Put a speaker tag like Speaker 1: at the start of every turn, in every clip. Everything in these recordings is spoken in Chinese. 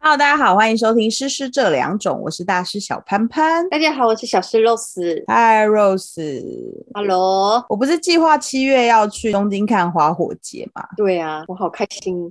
Speaker 1: Hello，大家好，欢迎收听《诗诗这两种》，我是大师小潘潘。
Speaker 2: 大家好，我是小诗 Rose。
Speaker 1: Hi Rose，
Speaker 2: Hello，
Speaker 1: 我不是计划七月要去东京看花火节吗？
Speaker 2: 对啊，我好开心，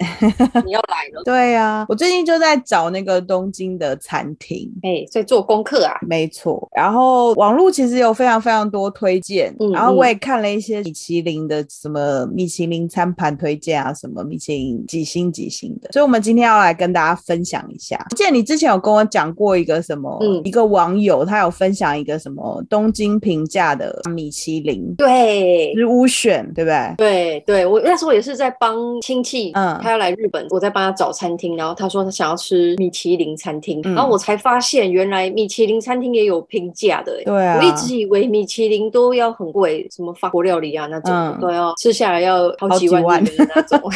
Speaker 2: 你要来了。
Speaker 1: 对呀、啊，我最近就在找那个东京的餐厅。
Speaker 2: 哎、所以做功课啊，
Speaker 1: 没错，然后网络其实有非常非常多推荐，
Speaker 2: 嗯
Speaker 1: 然后我
Speaker 2: 嗯
Speaker 1: 也看了一些米其林的什么米其林餐盘推荐啊，什么米其林几星几星的，所以我们今天要来跟大家分享一下。我记得你之前有跟我讲过一个什么，
Speaker 2: 嗯
Speaker 1: 一个网友他有分享一个什么东京平价的米其林
Speaker 2: 对。
Speaker 1: 之屋选，对不对？
Speaker 2: 对对，我那时候也是在帮亲戚，
Speaker 1: 嗯
Speaker 2: 他要来日本，我在帮他找餐厅，然后他说他想要吃米其林餐厅，
Speaker 1: 嗯
Speaker 2: 然后我才发现原来米其林餐厅也有平价的、欸，
Speaker 1: 对啊
Speaker 2: 我一直以为米其林都要很贵，什么法国料理啊那种，
Speaker 1: 嗯
Speaker 2: 都要吃下来要好几
Speaker 1: 好
Speaker 2: 万
Speaker 1: 几
Speaker 2: 日元的那 种，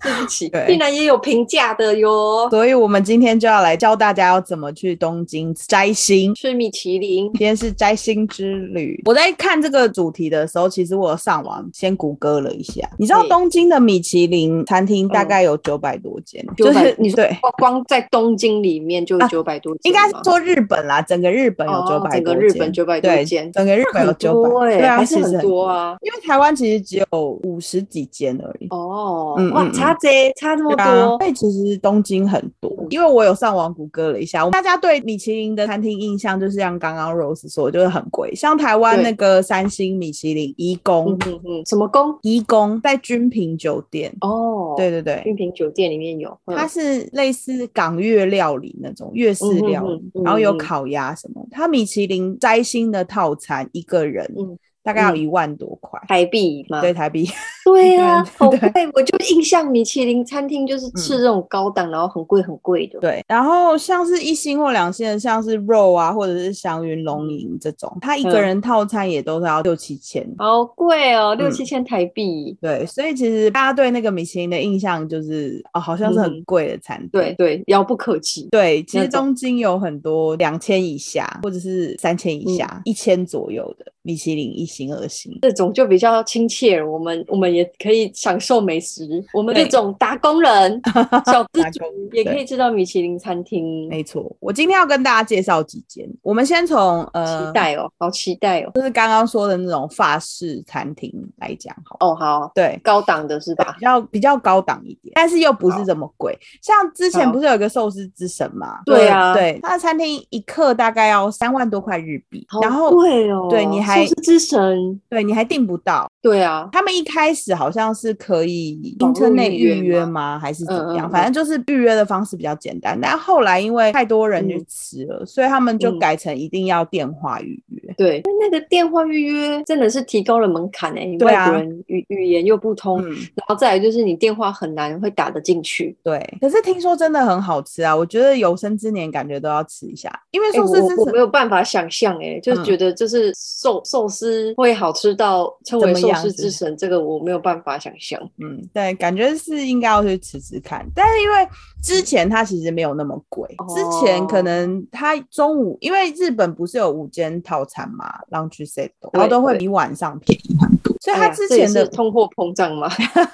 Speaker 2: 对不起，
Speaker 1: 对
Speaker 2: 竟然也有平价的哟，
Speaker 1: 所以我们今天就要来教大家要怎么去东京摘星。
Speaker 2: 吃米其林，
Speaker 1: 今天是摘星之旅。我在看这个主题的时候，其实我有上网先谷歌了一下，你知道
Speaker 2: 对
Speaker 1: 东京的米其林餐厅大概有九百多间，就
Speaker 2: 哦九
Speaker 1: 是
Speaker 2: 百，你说
Speaker 1: 对，
Speaker 2: 光光在东京里面就
Speaker 1: 啊
Speaker 2: 九百多间
Speaker 1: 应
Speaker 2: 吗，
Speaker 1: 该是说日本啦，整个日本有九
Speaker 2: 哦
Speaker 1: 百
Speaker 2: 整
Speaker 1: 多
Speaker 2: 个
Speaker 1: 间，
Speaker 2: 日本900多间
Speaker 1: 对整个日本有
Speaker 2: 很
Speaker 1: 九
Speaker 2: 多
Speaker 1: 百，
Speaker 2: 哎、
Speaker 1: 对啊，
Speaker 2: 还
Speaker 1: 其
Speaker 2: 是
Speaker 1: 实
Speaker 2: 很多，啊。
Speaker 1: 因为台湾其实只有五十几间而已。
Speaker 2: 哦，
Speaker 1: 嗯
Speaker 2: 哇
Speaker 1: 嗯，
Speaker 2: 差这差这么
Speaker 1: 对啊，
Speaker 2: 多，
Speaker 1: 所以其实东京很多，因为我有上网谷歌了一下，我大家对米其林的餐厅印象就是像刚刚 Rose 说，就是很贵，像台湾
Speaker 2: 对
Speaker 1: 那个三星米其林一宫
Speaker 2: 嗯，嗯嗯，什么宫？
Speaker 1: 义工在君品酒店，
Speaker 2: 哦，
Speaker 1: 对，对对，
Speaker 2: 君品酒店里面有，嗯
Speaker 1: 它是类似港粤料理那种粤式料理，
Speaker 2: 嗯哼嗯
Speaker 1: 然后有
Speaker 2: 嗯
Speaker 1: 烤鸭什么。它米其林摘星的套餐，一个人、
Speaker 2: 嗯
Speaker 1: 大概要
Speaker 2: 嗯
Speaker 1: 一万多块，
Speaker 2: 台币嘛，
Speaker 1: 对台币。
Speaker 2: 对啊，好
Speaker 1: 对
Speaker 2: 贵。我就印象米其林餐厅就是吃这种高档，然后很贵很贵的。
Speaker 1: 嗯对，然后像是一星或两星的，像是肉啊，或者是祥云龙吟这种，它一个
Speaker 2: 嗯
Speaker 1: 人套餐也都是要六七千。
Speaker 2: 好贵哦，六
Speaker 1: 嗯
Speaker 2: 七千台币。
Speaker 1: 对，所以其实大家对那个米其林的印象就是，哦，好像是
Speaker 2: 嗯
Speaker 1: 很
Speaker 2: 哼
Speaker 1: 贵的餐厅。
Speaker 2: 对对，遥不可及。
Speaker 1: 对，其
Speaker 2: 那
Speaker 1: 实
Speaker 2: 种
Speaker 1: 东京有很多两千以下，或者是三千
Speaker 2: 嗯
Speaker 1: 以下、一千左右的米其林一星、二星。
Speaker 2: 这种就比较亲切，我们我们也可以享受美食。我们这
Speaker 1: 对
Speaker 2: 种打工 人、小资
Speaker 1: 打
Speaker 2: 族
Speaker 1: 工
Speaker 2: 也可
Speaker 1: 对
Speaker 2: 以吃到米其林餐厅，
Speaker 1: 没错，我今天要跟大家介绍几间。我们先从呃，
Speaker 2: 期待哦，好期待哦。
Speaker 1: 就是刚刚说的那种法式餐厅来讲好了，
Speaker 2: 哦，好，
Speaker 1: 对，
Speaker 2: 高档的是吧
Speaker 1: 比？较比较高档一点，但是又不是
Speaker 2: 好
Speaker 1: 这么贵。像之前
Speaker 2: 好
Speaker 1: 不是有一个寿司之神嘛？
Speaker 2: 对啊
Speaker 1: 对，它的餐厅一克大概要三万多块日币，然
Speaker 2: 好
Speaker 1: 后
Speaker 2: 贵哦，
Speaker 1: 对你还
Speaker 2: 寿司之神，
Speaker 1: 对你还订不到，
Speaker 2: 对啊，
Speaker 1: 他们一开始好像是可以
Speaker 2: 网络
Speaker 1: internet
Speaker 2: 预约
Speaker 1: 预约
Speaker 2: 吗
Speaker 1: 吗？还是怎么样？
Speaker 2: 嗯嗯嗯
Speaker 1: 反正就是预约的方式比较简单。但后来因为太多人去
Speaker 2: 嗯
Speaker 1: 吃了，所以他们就
Speaker 2: 嗯
Speaker 1: 改成一定要电话预约。
Speaker 2: 对，那那个电话预约真的是提高了门槛哎、
Speaker 1: 对
Speaker 2: 外
Speaker 1: 啊
Speaker 2: 国人语语言又不通，
Speaker 1: 嗯，
Speaker 2: 然后再来就是你电话很难会打得进去。
Speaker 1: 对。可是听说真的很好吃啊！我觉得有生之年感觉都要吃一下，因为
Speaker 2: 哎、
Speaker 1: 寿司
Speaker 2: 我
Speaker 1: 之
Speaker 2: 我没
Speaker 1: 神
Speaker 2: 有办法想象，哎，就
Speaker 1: 嗯
Speaker 2: 觉得就是寿寿司会好吃到称为
Speaker 1: 怎么
Speaker 2: 寿
Speaker 1: 样
Speaker 2: 司
Speaker 1: 是
Speaker 2: 之神，这个我没有办法想象。
Speaker 1: 嗯，对，感觉是应该要去吃吃看。但是因为之前它其实没有那么贵，之前可
Speaker 2: 嗯哦
Speaker 1: 能它中午因为日本不是有五间套餐嘛，lunch set，然后
Speaker 2: 对
Speaker 1: 都会
Speaker 2: 对
Speaker 1: 比晚上便宜很多。所以
Speaker 2: 哎
Speaker 1: 它
Speaker 2: 呀
Speaker 1: 之
Speaker 2: 这也
Speaker 1: 前的、
Speaker 2: 是通货膨胀嘛，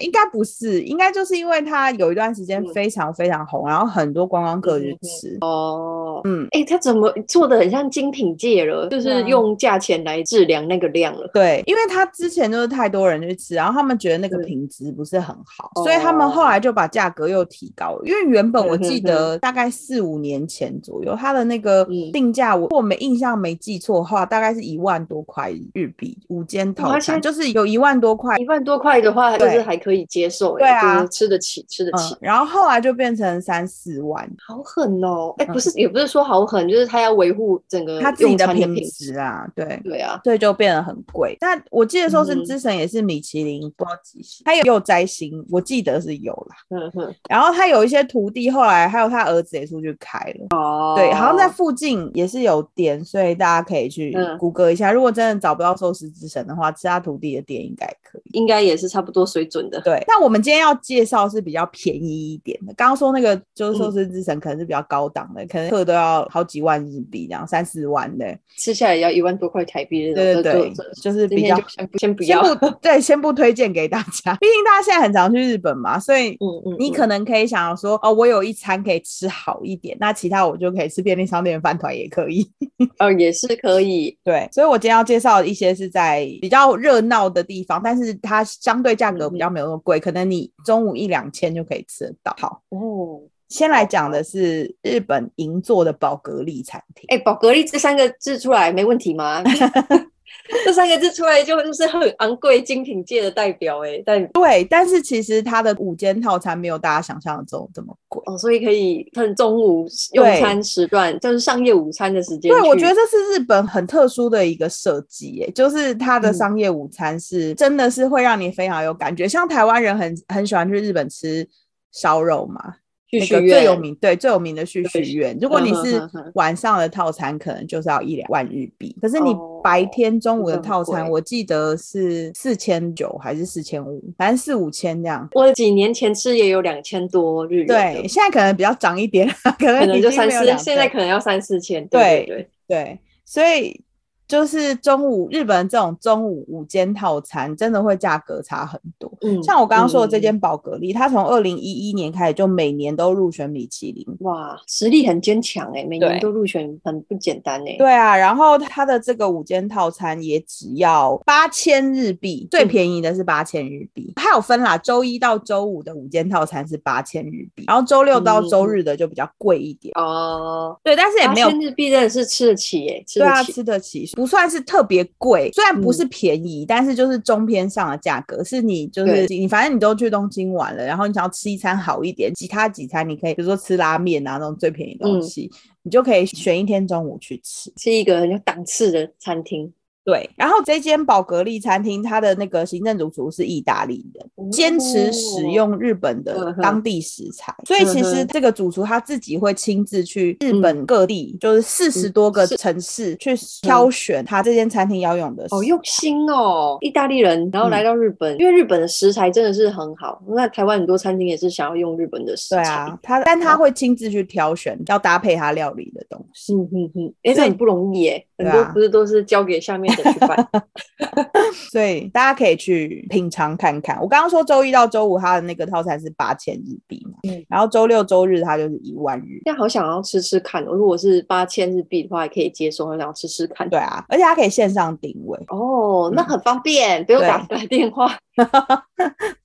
Speaker 1: 应该不是，应该就是因为它有一段时间
Speaker 2: 嗯
Speaker 1: 非常非常红，然后很多观光客去
Speaker 2: 嗯嗯
Speaker 1: 吃。
Speaker 2: 哦，
Speaker 1: 嗯，
Speaker 2: 哎、他怎么做的很像精品界了？就
Speaker 1: 对啊
Speaker 2: 是用价钱来质量那个量了。
Speaker 1: 对，因为它之前就是太多人去吃，然后他们觉得那个
Speaker 2: 嗯
Speaker 1: 品质不是很好，
Speaker 2: 哦
Speaker 1: 所以他们后来就把价格又提高了。因为原本我
Speaker 2: 嗯哼
Speaker 1: 记
Speaker 2: 哼
Speaker 1: 得大概四五年前左右，它的那个
Speaker 2: 嗯
Speaker 1: 定价，我如果没印象没记错的话，大概是一万多块日币五间套
Speaker 2: 它
Speaker 1: 餐，
Speaker 2: 现在
Speaker 1: 就是有一万多块。
Speaker 2: 一万多块的话，就
Speaker 1: 对
Speaker 2: 是还可以接受、欸，
Speaker 1: 对啊
Speaker 2: 就是吃得起，吃得起，
Speaker 1: 嗯，然后后来就变成三四万，
Speaker 2: 好狠哦！哎、
Speaker 1: 嗯
Speaker 2: 不是，也不是说好狠，就是他要维护整个
Speaker 1: 他自己
Speaker 2: 呃用
Speaker 1: 的
Speaker 2: 餐的
Speaker 1: 品
Speaker 2: 品
Speaker 1: 质。啊，对，
Speaker 2: 对啊，
Speaker 1: 所以就变得很贵。但我记得说是
Speaker 2: 嗯
Speaker 1: 之神也是米其林，不知道几星，他有有摘星，我记得是有啦。
Speaker 2: 嗯哼，
Speaker 1: 然后他有一些徒弟，后来还有他儿子也出去开了。
Speaker 2: 哦，
Speaker 1: 对，好像在附近也是有店，所以大家可以去
Speaker 2: 嗯
Speaker 1: 谷歌一下。如果真的找不到寿司之神的话，其他徒弟的店应该可以。
Speaker 2: 应该也是差不多水准的。
Speaker 1: 对，那我们今天要介绍是比较便宜一点的。刚刚说那个就
Speaker 2: 嗯
Speaker 1: 是寿司之神，可能是比较高档的，可能客都要好几万日币，这样三四万的。
Speaker 2: 吃下来也要一万多块台币那
Speaker 1: 对
Speaker 2: 种，
Speaker 1: 对对
Speaker 2: 就，就
Speaker 1: 就是
Speaker 2: 今
Speaker 1: 比
Speaker 2: 天
Speaker 1: 较
Speaker 2: 就先不先不
Speaker 1: 先
Speaker 2: 要，
Speaker 1: 不 对，先不推荐给大家，毕竟大家现在很常去日本嘛，所以
Speaker 2: 嗯嗯，
Speaker 1: 你
Speaker 2: 嗯
Speaker 1: 可能可以想说，哦，我有一餐可以吃好一点，那其他我就可以吃便利商店的饭团也可以。
Speaker 2: 哦也是可以，
Speaker 1: 对，所以我今天要介绍的一些是在比较热闹的地方，但是它相对价格比较没有那么贵，可能你中午一两千就可以吃得到。好，
Speaker 2: 哦，
Speaker 1: 先来讲的是日本银座的宝格丽餐厅。
Speaker 2: 哎，宝格丽这三个字出来没问题吗？ 这三个字出来就就是很昂贵精品界的代表哎、但
Speaker 1: 对，但是其实它的午间套餐没有大家想象的中这么贵。
Speaker 2: 哦，所以可以趁中午用餐时段，就是上夜午餐的时间去。
Speaker 1: 对，我觉得这是日本很特殊的一个设计，耶，就是它
Speaker 2: 嗯
Speaker 1: 的商业午餐是、真的是会让你非常有感觉。像台湾人很很喜欢去日本吃烧肉嘛，
Speaker 2: 去
Speaker 1: 那
Speaker 2: 许
Speaker 1: 个
Speaker 2: 愿
Speaker 1: 最有名对最有名的旭
Speaker 2: 对
Speaker 1: 旭苑，如果你
Speaker 2: 嗯
Speaker 1: 是
Speaker 2: 哼哼哼
Speaker 1: 晚上的套餐，可能就是要一两万日币，可是你
Speaker 2: 哦
Speaker 1: 白天中午的
Speaker 2: 真的
Speaker 1: 套
Speaker 2: 很
Speaker 1: 餐，
Speaker 2: 贵
Speaker 1: 我记得是四千九还是四千五，反正四五千这样。
Speaker 2: 我几年前吃也有两千多日元的，
Speaker 1: 对，现在可能比较涨一点，
Speaker 2: 可
Speaker 1: 可能
Speaker 2: 能
Speaker 1: 已
Speaker 2: 就
Speaker 1: 经
Speaker 2: 三
Speaker 1: 没有
Speaker 2: 四，
Speaker 1: 两
Speaker 2: 现在
Speaker 1: 倍
Speaker 2: 可能要三四千。
Speaker 1: 对
Speaker 2: 对对，
Speaker 1: 对，所以就是中午日本这种中午午间套餐，真的会价格差很多。
Speaker 2: 嗯
Speaker 1: 像我刚刚说的这
Speaker 2: 嗯
Speaker 1: 间宝格丽，它从二零一一年开始就每年都入选米其林。
Speaker 2: 哇，实力很坚强哎，每
Speaker 1: 对
Speaker 2: 年都入选，很不简单哎。
Speaker 1: 对啊，然后它的这个午间套餐也只要八千日币，最
Speaker 2: 嗯
Speaker 1: 便宜的是八千日币。还有分啦，周一到周五的午间套餐是八千日币，然后周六到周
Speaker 2: 嗯
Speaker 1: 日的就比较贵一点。
Speaker 2: 哦，
Speaker 1: 对，但是也
Speaker 2: 八
Speaker 1: 没有
Speaker 2: 千日币真的是吃得起哎，吃
Speaker 1: 对啊，
Speaker 2: 得起。
Speaker 1: 吃得起，不算是特别贵，虽然不
Speaker 2: 嗯
Speaker 1: 是便宜，但是就是中偏上的价格，是你就
Speaker 2: 对
Speaker 1: 是你反正你都去东京玩了，然后你想要吃一餐好一点，其他几餐你可以比如说吃拉面啊那种最便宜的东
Speaker 2: 嗯
Speaker 1: 西，你就可以选一天中午去吃。
Speaker 2: 是一个很有档次的餐厅，
Speaker 1: 对，然后这间宝格丽餐厅，它的那个行政主厨是意大利人，坚持使
Speaker 2: 哦
Speaker 1: 用日本的
Speaker 2: 嗯哼
Speaker 1: 当地食材，所以其
Speaker 2: 嗯
Speaker 1: 实
Speaker 2: 哼嗯
Speaker 1: 这个主厨他自己会亲自去日本各地，就是四十多个城市去挑选他这间餐厅要用的食
Speaker 2: 好嗯哦用
Speaker 1: 材
Speaker 2: 心哦。意大利人，然后
Speaker 1: 嗯
Speaker 2: 来到日本，因为日本的食材真的是很好。那台湾很多餐厅也是想要用日本的食
Speaker 1: 对
Speaker 2: 材。
Speaker 1: 啊，他但
Speaker 2: 哦
Speaker 1: 他会亲自去挑选要搭配他料理的东西。
Speaker 2: 嗯嗯嗯，哎、
Speaker 1: 所以
Speaker 2: 这很不容易哎，
Speaker 1: 对
Speaker 2: 很
Speaker 1: 啊
Speaker 2: 多不是都是交给下面的去 办。
Speaker 1: 所以大家可以去品尝看看。我刚刚说周一到周五它的那个套餐是八千日币嘛，
Speaker 2: 嗯
Speaker 1: 然后周六周日它就是一万日。
Speaker 2: 现在好想要吃吃看、哦，如果是八千日币的话，也可以接受，很想吃吃看。
Speaker 1: 对啊，而且它可以线上定位。
Speaker 2: 哦，那
Speaker 1: 嗯
Speaker 2: 很方便，不用打打电话。打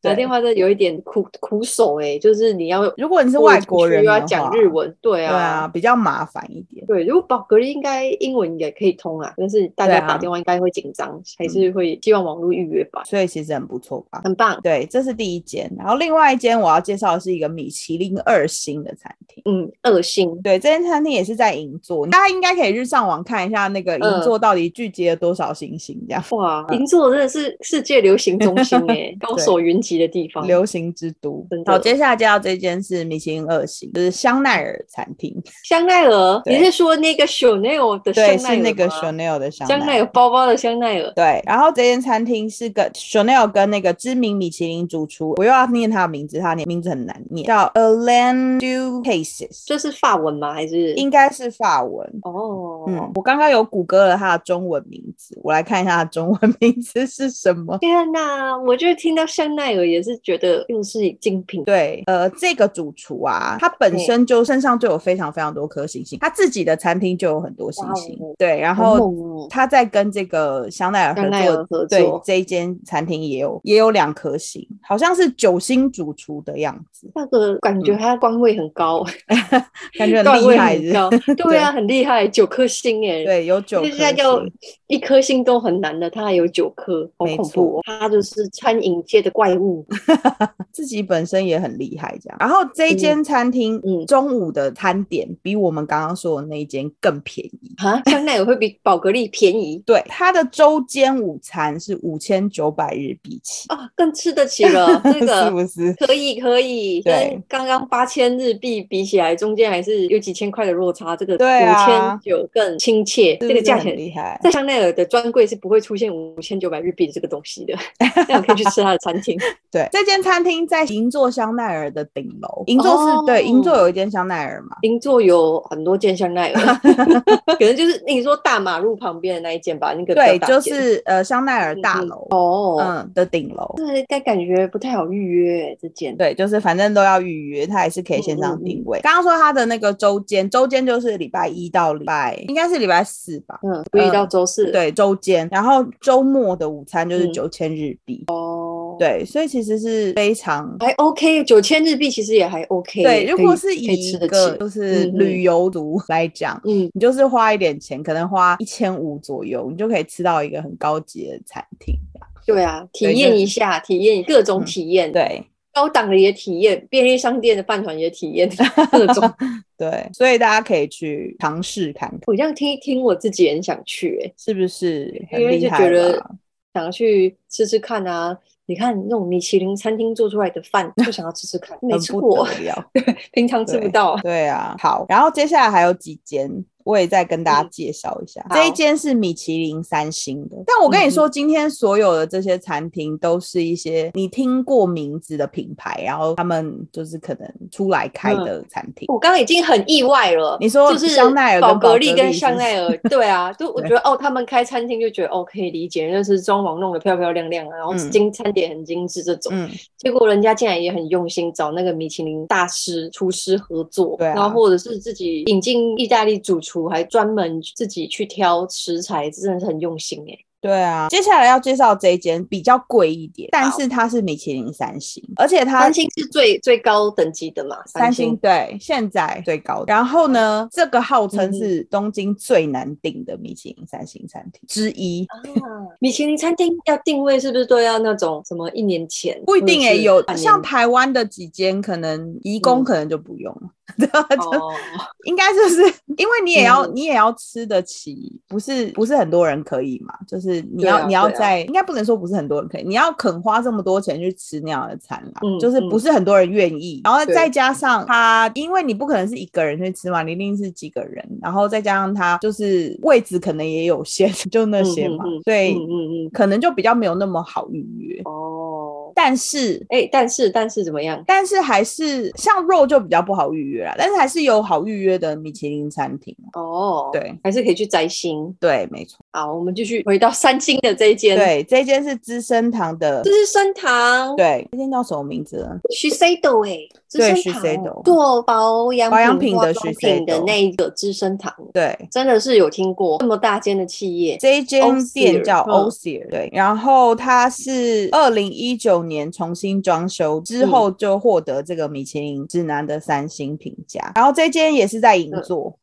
Speaker 1: 对
Speaker 2: 电话这有一点苦苦手哎、就是你要
Speaker 1: 如果你是外国人
Speaker 2: 又
Speaker 1: 的话，
Speaker 2: 要讲日文，对
Speaker 1: 对
Speaker 2: 啊，
Speaker 1: 啊，比较麻烦一点。
Speaker 2: 对如果宝格丽应该英文也可以通啊，但是大家
Speaker 1: 对啊嗯
Speaker 2: 打电话应该会紧张，还是会希望网络预约吧。
Speaker 1: 所以其实很不错吧？
Speaker 2: 很棒，
Speaker 1: 对，这是第一间，然后另外一间我要介绍的是一个米其林二星的餐厅。
Speaker 2: 嗯，二星
Speaker 1: 对，这间餐厅也是在银座，大家应该可以去上网看一下那个银
Speaker 2: 嗯
Speaker 1: 座到底聚集了多少星星，这样、
Speaker 2: 哇，
Speaker 1: 嗯
Speaker 2: 银座真的是世界流行中心哎、 高手云集的地方。
Speaker 1: 流行之都
Speaker 2: 哦真。的
Speaker 1: 好，接下来介绍这间是米其林二星，就是香奈儿餐厅，
Speaker 2: 香奈儿，
Speaker 1: 对
Speaker 2: 你是说那个 Chanel 的香
Speaker 1: 对，
Speaker 2: 奈
Speaker 1: 是
Speaker 2: 儿
Speaker 1: 那个
Speaker 2: 吗
Speaker 1: Chanel 的香
Speaker 2: 香奈儿包包的香奈儿，
Speaker 1: 对，然后这间餐厅是跟 Chanel 跟那个知名米其林主厨，我又要念他的名字，他的名字很难念，叫 Alain Ducases，
Speaker 2: 这是法文吗？还是
Speaker 1: 应该是法文。
Speaker 2: 哦，
Speaker 1: 嗯，我刚刚有谷歌了他的中文名字，我来看一下他的中文 名字是什么。
Speaker 2: 天哪、我就是听到香奈儿也是觉得又是精品，
Speaker 1: 对，呃，这个主厨啊，他本
Speaker 2: 对
Speaker 1: 身就身上就有非常非常多颗星星，他自己的餐厅就有很多星
Speaker 2: 哇哦
Speaker 1: 星。对，然
Speaker 2: 好
Speaker 1: 后
Speaker 2: 猛哦，
Speaker 1: 他在跟这个香奈儿合
Speaker 2: 香奈
Speaker 1: 作
Speaker 2: 儿合
Speaker 1: 对
Speaker 2: 作，
Speaker 1: 这一间餐厅也有也有两颗星，好像是九星主厨的样子，
Speaker 2: 那个感觉他官位很高，
Speaker 1: 感觉
Speaker 2: 段
Speaker 1: 嗯很厉
Speaker 2: 位
Speaker 1: 害
Speaker 2: 很
Speaker 1: 是
Speaker 2: 高
Speaker 1: 不是。，
Speaker 2: 对啊，很厉害，九颗星哎，
Speaker 1: 对，有九颗
Speaker 2: 现在要
Speaker 1: 星。
Speaker 2: 一颗星都很难的，他还有九颗，好
Speaker 1: 没
Speaker 2: 恐
Speaker 1: 错
Speaker 2: 怖、哦！他就是餐饮界的怪物。
Speaker 1: 自己本身也很厉害这样。然后这一间餐厅，
Speaker 2: 嗯嗯
Speaker 1: 中午的餐点比我们刚刚说的那一间更便宜。
Speaker 2: 啊，香奈儿会比宝格丽便宜
Speaker 1: 对，它的周间午餐是五千九百日币起，
Speaker 2: 哦，更吃得起了。这
Speaker 1: 是
Speaker 2: 个
Speaker 1: 不是？
Speaker 2: 可以可以，
Speaker 1: 对
Speaker 2: 跟刚刚八千日币比起来，中间还是有几千块的落差。这个
Speaker 1: 对
Speaker 2: 五
Speaker 1: 啊
Speaker 2: 千九更亲切，
Speaker 1: 是不
Speaker 2: 这个
Speaker 1: 是
Speaker 2: 价
Speaker 1: 很
Speaker 2: 钱。
Speaker 1: 厉害。
Speaker 2: 在香奈儿的专柜是不会出现五千九百日币的这个东西 的，那我可以去吃它的餐厅。
Speaker 1: 对，这间餐厅在银座香奈儿的顶楼。银座是、
Speaker 2: 哦
Speaker 1: 对，银座有一间香奈儿嘛。
Speaker 2: 银座有很多间香奈 儿，可能就是你说大马路旁边的那一间吧，那个比较
Speaker 1: 对，
Speaker 2: 大
Speaker 1: 就
Speaker 2: 间
Speaker 1: 是呃香奈儿大
Speaker 2: 嗯嗯
Speaker 1: 楼，
Speaker 2: 哦，
Speaker 1: 嗯的顶楼。
Speaker 2: 这该感觉不太好预约这间。
Speaker 1: 对，就是反正都要预约，它也是可以线
Speaker 2: 嗯
Speaker 1: 上定位。刚刚说它的那个周间，周间就是礼拜一到礼拜，应该是礼拜四吧？
Speaker 2: 嗯，不一到周四。，
Speaker 1: 对，周间。然后周末的午餐就是
Speaker 2: 嗯
Speaker 1: 九千日币。
Speaker 2: 哦，，
Speaker 1: 对，所以其实是非常。
Speaker 2: 还 OK，九千日币其实也还 OK。
Speaker 1: 对，如果是
Speaker 2: 可以
Speaker 1: 以
Speaker 2: 可以
Speaker 1: 一
Speaker 2: 吃得
Speaker 1: 个
Speaker 2: 起，
Speaker 1: 就是
Speaker 2: 嗯嗯
Speaker 1: 旅游族来讲，
Speaker 2: 嗯，
Speaker 1: 你就是花一点钱，可能花一千五左右，你就可以吃到一个很高级的餐厅这样。
Speaker 2: 对啊，体
Speaker 1: 对就
Speaker 2: 验一下，体验各种
Speaker 1: 嗯
Speaker 2: 体验，，
Speaker 1: 对，
Speaker 2: 高档的也体验，便利商店的饭团也体 验，各种。
Speaker 1: 对，所以大家可以去尝试看看，
Speaker 2: 我这样听一听，我自己也很想去、欸，
Speaker 1: 是不是很
Speaker 2: 因为
Speaker 1: 厉
Speaker 2: 就
Speaker 1: 害
Speaker 2: 觉得
Speaker 1: 吧？
Speaker 2: 想要去吃吃看啊。你看那种米其林餐厅做出来的饭，就想要吃吃看，没
Speaker 1: 很
Speaker 2: 吃
Speaker 1: 不
Speaker 2: 过，
Speaker 1: 得了。
Speaker 2: 平常吃不到。
Speaker 1: 对啊，好，然后接下来还有几间，我也再跟大家
Speaker 2: 嗯
Speaker 1: 介绍一下。
Speaker 2: 好嗯
Speaker 1: 这一间是米其林三星的，但我跟你说，今天所有的这些餐厅都是一些你听过名字的品牌，然后他们就是可能出来开的餐厅。
Speaker 2: 我刚刚已经很意外了。
Speaker 1: 你
Speaker 2: 嗯
Speaker 1: 说
Speaker 2: 就是
Speaker 1: 香奈儿跟
Speaker 2: 宝
Speaker 1: 宝格
Speaker 2: 格丽
Speaker 1: 丽是不
Speaker 2: 跟
Speaker 1: 是
Speaker 2: 香奈儿，对啊， 就我
Speaker 1: 对
Speaker 2: 觉得哦，他们开餐厅就觉得哦可以理解，就是装潢弄得漂漂亮亮啊，然后
Speaker 1: 嗯
Speaker 2: 精餐点很精致这种。
Speaker 1: 嗯，
Speaker 2: 结果人家竟然也很用心，找那个米其林大师、厨师合作，
Speaker 1: 对啊
Speaker 2: 然后或者是自己引进意大利主厨，还专门自己去挑食材，真的是很用心哎、
Speaker 1: 对啊。接下来要介绍这一间比较贵一点，但是它是米其林三星，而且它
Speaker 2: 三星是最最高等级的嘛，
Speaker 1: 三星
Speaker 2: 星
Speaker 1: 对，现在最高的。然后呢，这个号称
Speaker 2: 嗯
Speaker 1: 是东京最难订的米其林三星餐厅之一。
Speaker 2: 啊，米其林餐厅要定位是不是都要那种什么一年前？
Speaker 1: 不一定
Speaker 2: 哎、
Speaker 1: 诶、有
Speaker 2: 半年
Speaker 1: 像台湾的几间，可能移工
Speaker 2: 嗯
Speaker 1: 可能就不用了， 对啊就
Speaker 2: 哦，
Speaker 1: 应该就是因为你也要、
Speaker 2: 嗯
Speaker 1: 你也要吃得起，不是不是很多人可以嘛，就是你
Speaker 2: 对
Speaker 1: 要、
Speaker 2: 啊
Speaker 1: 你要
Speaker 2: 对啊
Speaker 1: 在、应该不能说不是很多人可以，你要肯花这么多钱去吃那样的餐啦，
Speaker 2: 嗯
Speaker 1: 就是不是很多人愿意，然后
Speaker 2: 对
Speaker 1: 再加上他，因为你不可能是一个人去吃嘛，你一定是几个人，然后再加上他就是位置可能也有限， 就那些嘛，
Speaker 2: 嗯嗯嗯
Speaker 1: 所以、
Speaker 2: 嗯嗯嗯，
Speaker 1: 可能就比较没有那么好预约，
Speaker 2: 哦，
Speaker 1: 但是
Speaker 2: 哎、但是但是怎么样？
Speaker 1: 但是还是像肉就比较不好预约啦，但是还是有好预约的米其林餐厅。
Speaker 2: 哦，，
Speaker 1: 对
Speaker 2: 还是可以去摘星。
Speaker 1: 对，没错。
Speaker 2: 好，我们继续回到三星的这一间，，
Speaker 1: 对，这间是资生堂的
Speaker 2: 这，是升堂，
Speaker 1: 对，这间叫什么名字呢？
Speaker 2: s h i s e d o 哎，资
Speaker 1: 对
Speaker 2: 生
Speaker 1: Shiseido
Speaker 2: 堂做保养
Speaker 1: 保养品的
Speaker 2: 化妆品
Speaker 1: Shiseido
Speaker 2: 的那一个资生堂，
Speaker 1: 对，
Speaker 2: 真的是有听过这么大间的企 业，
Speaker 1: 这一间
Speaker 2: Osear，
Speaker 1: 店叫
Speaker 2: 嗯
Speaker 1: o s i r 对，然后它是二零一九年重新装修之
Speaker 2: 嗯
Speaker 1: 后就获得这个米其林指南的三星评价，然后这间也是在银座，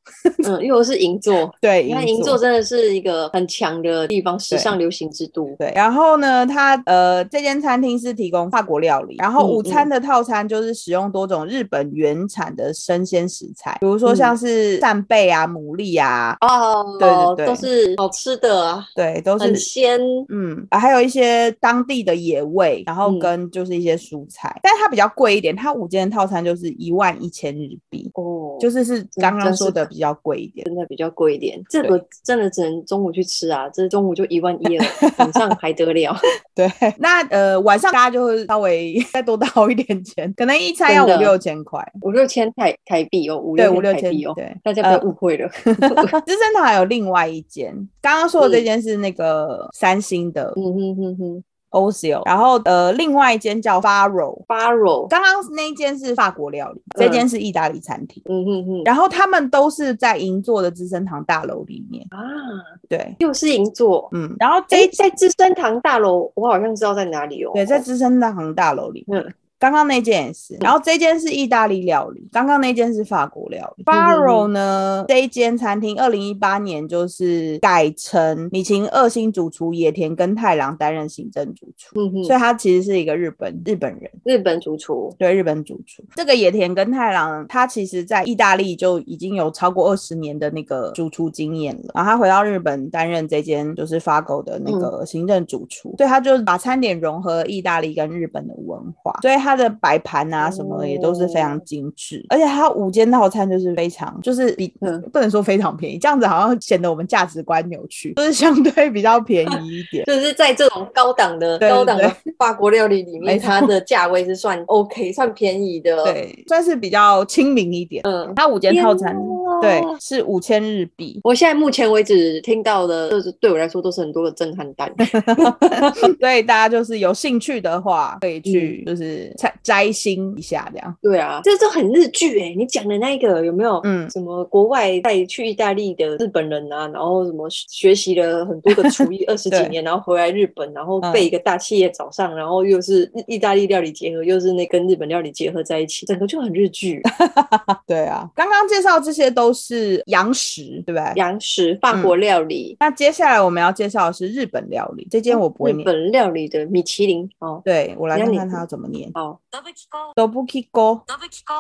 Speaker 2: 嗯，因为我是银座，
Speaker 1: 对，
Speaker 2: 你看银座
Speaker 1: 座。
Speaker 2: 真的是一个很强的地方，时尚流行之都，
Speaker 1: 对，然后呢，它呃这间餐厅是提供法国料理，然后
Speaker 2: 嗯
Speaker 1: 午餐的套餐就是使用多种日本原产的生鲜食材，比如说
Speaker 2: 嗯
Speaker 1: 像是扇贝啊、牡蛎啊，
Speaker 2: 哦，
Speaker 1: 对对对
Speaker 2: 都是好吃的啊，
Speaker 1: 对，都
Speaker 2: 很
Speaker 1: 是
Speaker 2: 鲜，
Speaker 1: 嗯、啊还有一些当地的野味，然后
Speaker 2: 嗯
Speaker 1: 跟就是一些蔬菜，但它比较贵一点，它五间套餐就是一万一千日币，
Speaker 2: 哦，
Speaker 1: 就是是是
Speaker 2: 真
Speaker 1: 刚刚
Speaker 2: 真是
Speaker 1: 说的
Speaker 2: 的
Speaker 1: 比较贵一点。
Speaker 2: 真的比较贵一点，这个真的只能中午去吃啊，这中午就一万 一了，晚上还得了？
Speaker 1: 对， 那呃晚上大家就会稍微再多掏一点钱，可能一餐
Speaker 2: 真
Speaker 1: 要
Speaker 2: 的
Speaker 1: 五六千块，
Speaker 2: 五六千台台币哦，五
Speaker 1: 对，五六
Speaker 2: 台
Speaker 1: 千
Speaker 2: 币哦，
Speaker 1: 对。呃
Speaker 2: 大家不要误会了，
Speaker 1: 资生堂还有另外一间，刚刚说的这间是那个三星的
Speaker 2: 嗯哼哼哼。
Speaker 1: o s i o 然后呃另外一间叫 Faro，
Speaker 2: Faro，
Speaker 1: 刚刚那一间是法国料理，这间是意大利餐厅。
Speaker 2: 嗯哼哼，
Speaker 1: 然后他们都是在银座的资生堂大楼里面，
Speaker 2: 啊，
Speaker 1: 对，
Speaker 2: 又是银座。
Speaker 1: 嗯，然后这
Speaker 2: 哎
Speaker 1: 一，
Speaker 2: 在资生堂大楼，我好像知道在哪里哦。
Speaker 1: 对在资生堂大楼里面
Speaker 2: 嗯，
Speaker 1: 刚刚那件也是，然后这间是意大利料理，刚刚那间是法国料理。Faro 呢，这一间餐厅二零一八年就是改成米其林二星主厨野田跟太郎担任行政主厨，
Speaker 2: 嗯哼，
Speaker 1: 所以他其实是一个日本日本人。
Speaker 2: 日本主厨，
Speaker 1: 对日本主厨，这个野田跟太郎，他其实在意大利就已经有超过二十年的那个主厨经验了。然后他回到日本担任这间就是发狗的那
Speaker 2: 嗯
Speaker 1: 个行政主厨，所以他就把餐点融合意大利跟日本的文化，所以他的摆盘啊什么也都是非
Speaker 2: 哦
Speaker 1: 常精致，而且他五间套餐就是非常就是比、
Speaker 2: 嗯。
Speaker 1: 不能说非常便宜，这样子好像显得我们价值观扭曲，就是相对比较便宜一点
Speaker 2: 就是在这种高档的
Speaker 1: 对对
Speaker 2: 高档的法国料理里
Speaker 1: 没
Speaker 2: 面，
Speaker 1: 错
Speaker 2: 它的价位是算 OK，算便宜的。，
Speaker 1: 对，算是比较亲民一点。
Speaker 2: 嗯，
Speaker 1: 它五间套餐
Speaker 2: 天哪
Speaker 1: 对是五千日币，
Speaker 2: 我现在目前为止听到的，就是对我来说都是很多的震撼 弹。嗯
Speaker 1: 所以大家就是有兴趣的话，可以去就是摘摘星一下这样。
Speaker 2: 对啊，这这很日剧哎、你讲的那个有没有？
Speaker 1: 嗯
Speaker 2: 什么国外带去意大利的日本人啊，然后什么学习了很多的厨艺二十几
Speaker 1: 对
Speaker 2: 年，然后回来日本，然后
Speaker 1: 嗯
Speaker 2: 被一个大企业找上，然后又是意意大利料理结合，又是那跟日本料理结合在一起，整个就很日剧。
Speaker 1: 对啊，刚刚介绍这些都是洋食，对不对？
Speaker 2: 洋食、法
Speaker 1: 嗯
Speaker 2: 国料理、
Speaker 1: 那接下来我们要介绍的是日本料理，这间我不会
Speaker 2: 哦日
Speaker 1: 念。
Speaker 2: 本料理的米其林哦，
Speaker 1: 对我来
Speaker 2: 那
Speaker 1: 看
Speaker 2: 你
Speaker 1: 看它要怎么念。
Speaker 2: 好
Speaker 1: Dobukiko，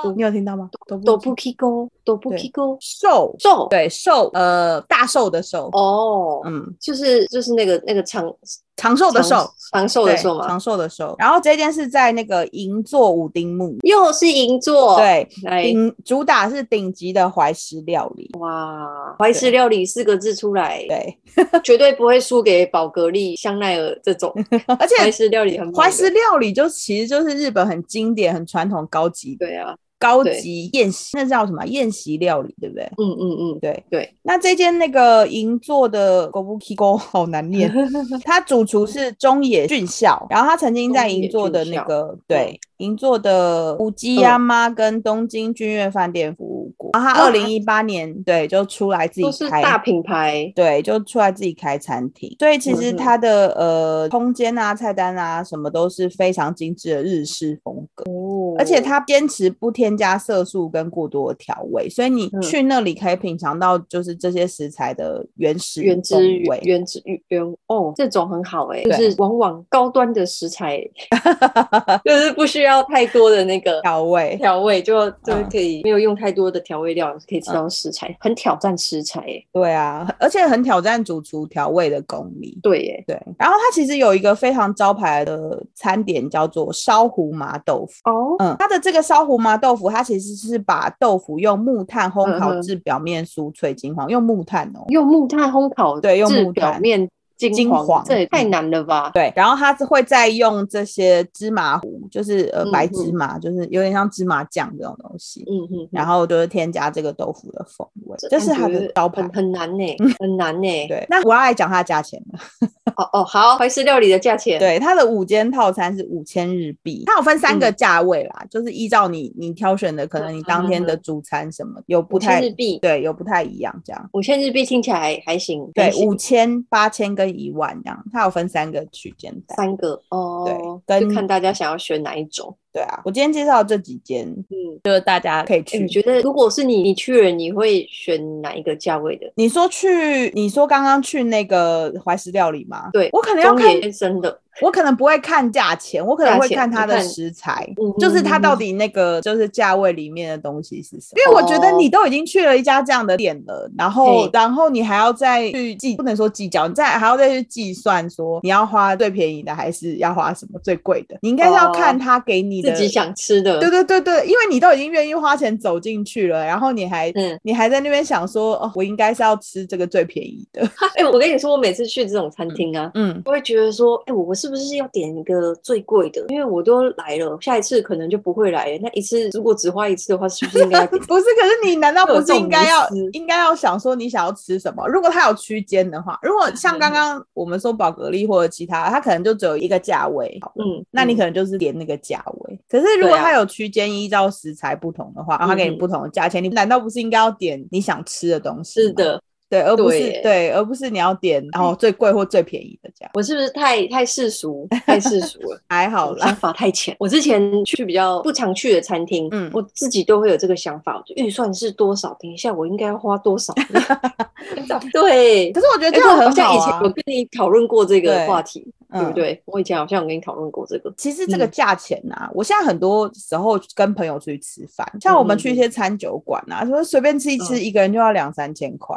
Speaker 2: 嗯
Speaker 1: 你有听到吗？
Speaker 2: 多布基沟，多布基沟
Speaker 1: 寿，
Speaker 2: 寿
Speaker 1: 对寿，呃，大寿的寿，
Speaker 2: 哦，
Speaker 1: 嗯，
Speaker 2: 就是就是那个那个长
Speaker 1: 长寿的寿
Speaker 2: 长，长寿的
Speaker 1: 对
Speaker 2: 寿嘛
Speaker 1: 长，寿的寿。然后这间是在那个银座五丁目，
Speaker 2: 又是银座，，哎
Speaker 1: 对，
Speaker 2: 来
Speaker 1: 顶主打是顶级的怀石料理，
Speaker 2: 哇，怀石料理四个字出来，
Speaker 1: 对，
Speaker 2: 绝对不会输给宝格丽、香奈儿这 种
Speaker 1: 而且
Speaker 2: 怀石料理很猛的
Speaker 1: 怀石料理就其实就是日本很经典、很传统、高级
Speaker 2: 对啊，
Speaker 1: 高
Speaker 2: 对
Speaker 1: 级宴席，那叫什么啊宴席料理，对不对？
Speaker 2: 嗯嗯
Speaker 1: 对
Speaker 2: 对，
Speaker 1: 那这间那个银座的 Gobukiko 好难 念，
Speaker 2: 嗯，
Speaker 1: 他主厨是中野俊孝，然后他曾经在银座的那
Speaker 2: 野俊
Speaker 1: 个
Speaker 2: 孝嗯
Speaker 1: 对银座的乌鸡亚妈跟东京君悦饭店服务过，然后他
Speaker 2: 哦
Speaker 1: 二零一八年对就出来自
Speaker 2: 都
Speaker 1: 己
Speaker 2: 是
Speaker 1: 开
Speaker 2: 大品牌，
Speaker 1: 对，就出来自己开餐厅，所以其实
Speaker 2: 嗯哼
Speaker 1: 它的、呃空间啊、菜单啊什么都是非常精致的日式风格，
Speaker 2: 哦
Speaker 1: 而且它坚持不添加色素跟过多的调味，所以你
Speaker 2: 嗯
Speaker 1: 去那里可以品尝到就是这些食材的原始
Speaker 2: 原
Speaker 1: 风
Speaker 2: 汁原
Speaker 1: 味。
Speaker 2: 原汁原哦，这种很好哎、
Speaker 1: 对
Speaker 2: 就是往往高端的食材，就是不需要太多的那个
Speaker 1: 调味，
Speaker 2: 调味，就就
Speaker 1: 嗯
Speaker 2: 可以没有用太多的调味料，可以吃到食材，很挑战食材哎、
Speaker 1: 对啊，而且很挑战主厨调味的功力。
Speaker 2: 对耶、
Speaker 1: 对，然后它其实有一个非常招牌的餐点叫做烧胡麻豆腐，
Speaker 2: 哦，
Speaker 1: 嗯，它的这个烧胡麻豆腐，它其实是把豆腐用木炭烘
Speaker 2: 嗯
Speaker 1: 烤
Speaker 2: 哼
Speaker 1: 至表面酥脆金黄，用木炭哦。
Speaker 2: 用木炭烘烤，
Speaker 1: 对用
Speaker 2: 至
Speaker 1: 木炭
Speaker 2: 表面金
Speaker 1: 金
Speaker 2: 黄，
Speaker 1: 黄
Speaker 2: 这也太
Speaker 1: 嗯
Speaker 2: 难了吧？
Speaker 1: 对，然后它是会再用这些芝麻糊，就是呃
Speaker 2: 嗯
Speaker 1: 白
Speaker 2: 嗯
Speaker 1: 芝麻，就是有点像芝麻酱这种东西，
Speaker 2: 嗯嗯，
Speaker 1: 然
Speaker 2: 后
Speaker 1: 后就是添加这个豆腐的风味，这是它的招牌嗯
Speaker 2: 很。很难呢、很难呢、
Speaker 1: 对，那我要来讲它的价钱了。
Speaker 2: 哦哦，好，怀石料理的价钱，，
Speaker 1: 对，它的五间套餐是五千日币，它有分三个价位啦，就是依照你你挑选的，可能你当天的
Speaker 2: 嗯嗯
Speaker 1: 主餐什么有不
Speaker 2: 五
Speaker 1: 太
Speaker 2: 千日币，
Speaker 1: 对，有不太一样这样。
Speaker 2: 五千日币听起来还行，
Speaker 1: 对
Speaker 2: 还，行
Speaker 1: 五千、八千跟一万这样，它有分三个区间带。
Speaker 2: 三个哦，
Speaker 1: 对
Speaker 2: 就
Speaker 1: 跟
Speaker 2: 看大家想要选哪一种。
Speaker 1: 对啊，我今天介绍这几间，
Speaker 2: 嗯，
Speaker 1: 就是大家可以
Speaker 2: 哎
Speaker 1: 去。
Speaker 2: 你觉得如果是你，你去了，你会选哪一个价位的？
Speaker 1: 你说去，你说刚刚去那个怀石料理吗？
Speaker 2: 对
Speaker 1: 我可能要
Speaker 2: 中
Speaker 1: 看
Speaker 2: 野，先生的，
Speaker 1: 我可能不会看价钱，我可能
Speaker 2: 价
Speaker 1: 会
Speaker 2: 钱
Speaker 1: 看它
Speaker 2: 你
Speaker 1: 的
Speaker 2: 看
Speaker 1: 食材，
Speaker 2: 嗯
Speaker 1: 就是它到
Speaker 2: 嗯
Speaker 1: 底那个就是价位里面的东西是什么。因为我觉得
Speaker 2: 哦
Speaker 1: 你都已经去了一家这样的店了，然后
Speaker 2: 嘿
Speaker 1: 然后你还要再去计，不能说计较，你再还要再去计算说你要花最便宜的还是要花什么最贵的，你应该是要
Speaker 2: 哦
Speaker 1: 看他给你的
Speaker 2: 自己想吃的，
Speaker 1: 对对对对，因为你都已经愿意花钱走进去了，然后你还、
Speaker 2: 嗯
Speaker 1: 你还在那边想说，哦，我应该是要吃这个最便宜的。
Speaker 2: 哎、我跟你说，我每次去这种餐厅啊，
Speaker 1: 嗯，
Speaker 2: 我会觉得说，哎、我我是不是要点一个最贵的？因为我都来了，下一次可能就不会来了。那一次如果只花一次的话，是不是应该要点
Speaker 1: 不是，可是你难道
Speaker 2: 会有
Speaker 1: 不
Speaker 2: 这
Speaker 1: 是
Speaker 2: 种
Speaker 1: 应该要
Speaker 2: 迷思
Speaker 1: 应该要想说你想要吃什么？如果它有区间的话，如果像刚刚我们说宝格丽或者其他，它可能就只有一个价位。
Speaker 2: 嗯，
Speaker 1: 那你
Speaker 2: 嗯
Speaker 1: 可能就是点那个价位，可是如果
Speaker 2: 对啊
Speaker 1: 它有区间，依照食材不同的话，然后它给
Speaker 2: 嗯
Speaker 1: 你
Speaker 2: 嗯
Speaker 1: 不同的价钱，你难道不是应该要点你想吃的东西？
Speaker 2: 是，的，
Speaker 1: 对，而不是
Speaker 2: 对嗯
Speaker 1: 对，而不是你要点然后最贵或最便宜的这样，
Speaker 2: 我是不是太太世俗，太世俗了？
Speaker 1: 还好
Speaker 2: 我想
Speaker 1: 啦。
Speaker 2: 法太浅。我之前去比较不常去的餐厅，
Speaker 1: 嗯
Speaker 2: 我自己都会有这个想法，我就预算是多少？等一下我应该要花多 少？对
Speaker 1: 可，是我觉得
Speaker 2: 哎
Speaker 1: 这样
Speaker 2: 我好
Speaker 1: 很
Speaker 2: 像以前
Speaker 1: 啊
Speaker 2: 有，跟你讨论过这个
Speaker 1: 对
Speaker 2: 话题，对
Speaker 1: 嗯
Speaker 2: 不？对？我以前好像有跟你讨论过这个。
Speaker 1: 其实这个
Speaker 2: 嗯
Speaker 1: 价钱啊，我现在很多时候跟朋友出去吃饭，像我们
Speaker 2: 嗯嗯嗯
Speaker 1: 去一些餐酒馆啊，说随便吃一吃，一个人就要两三千块，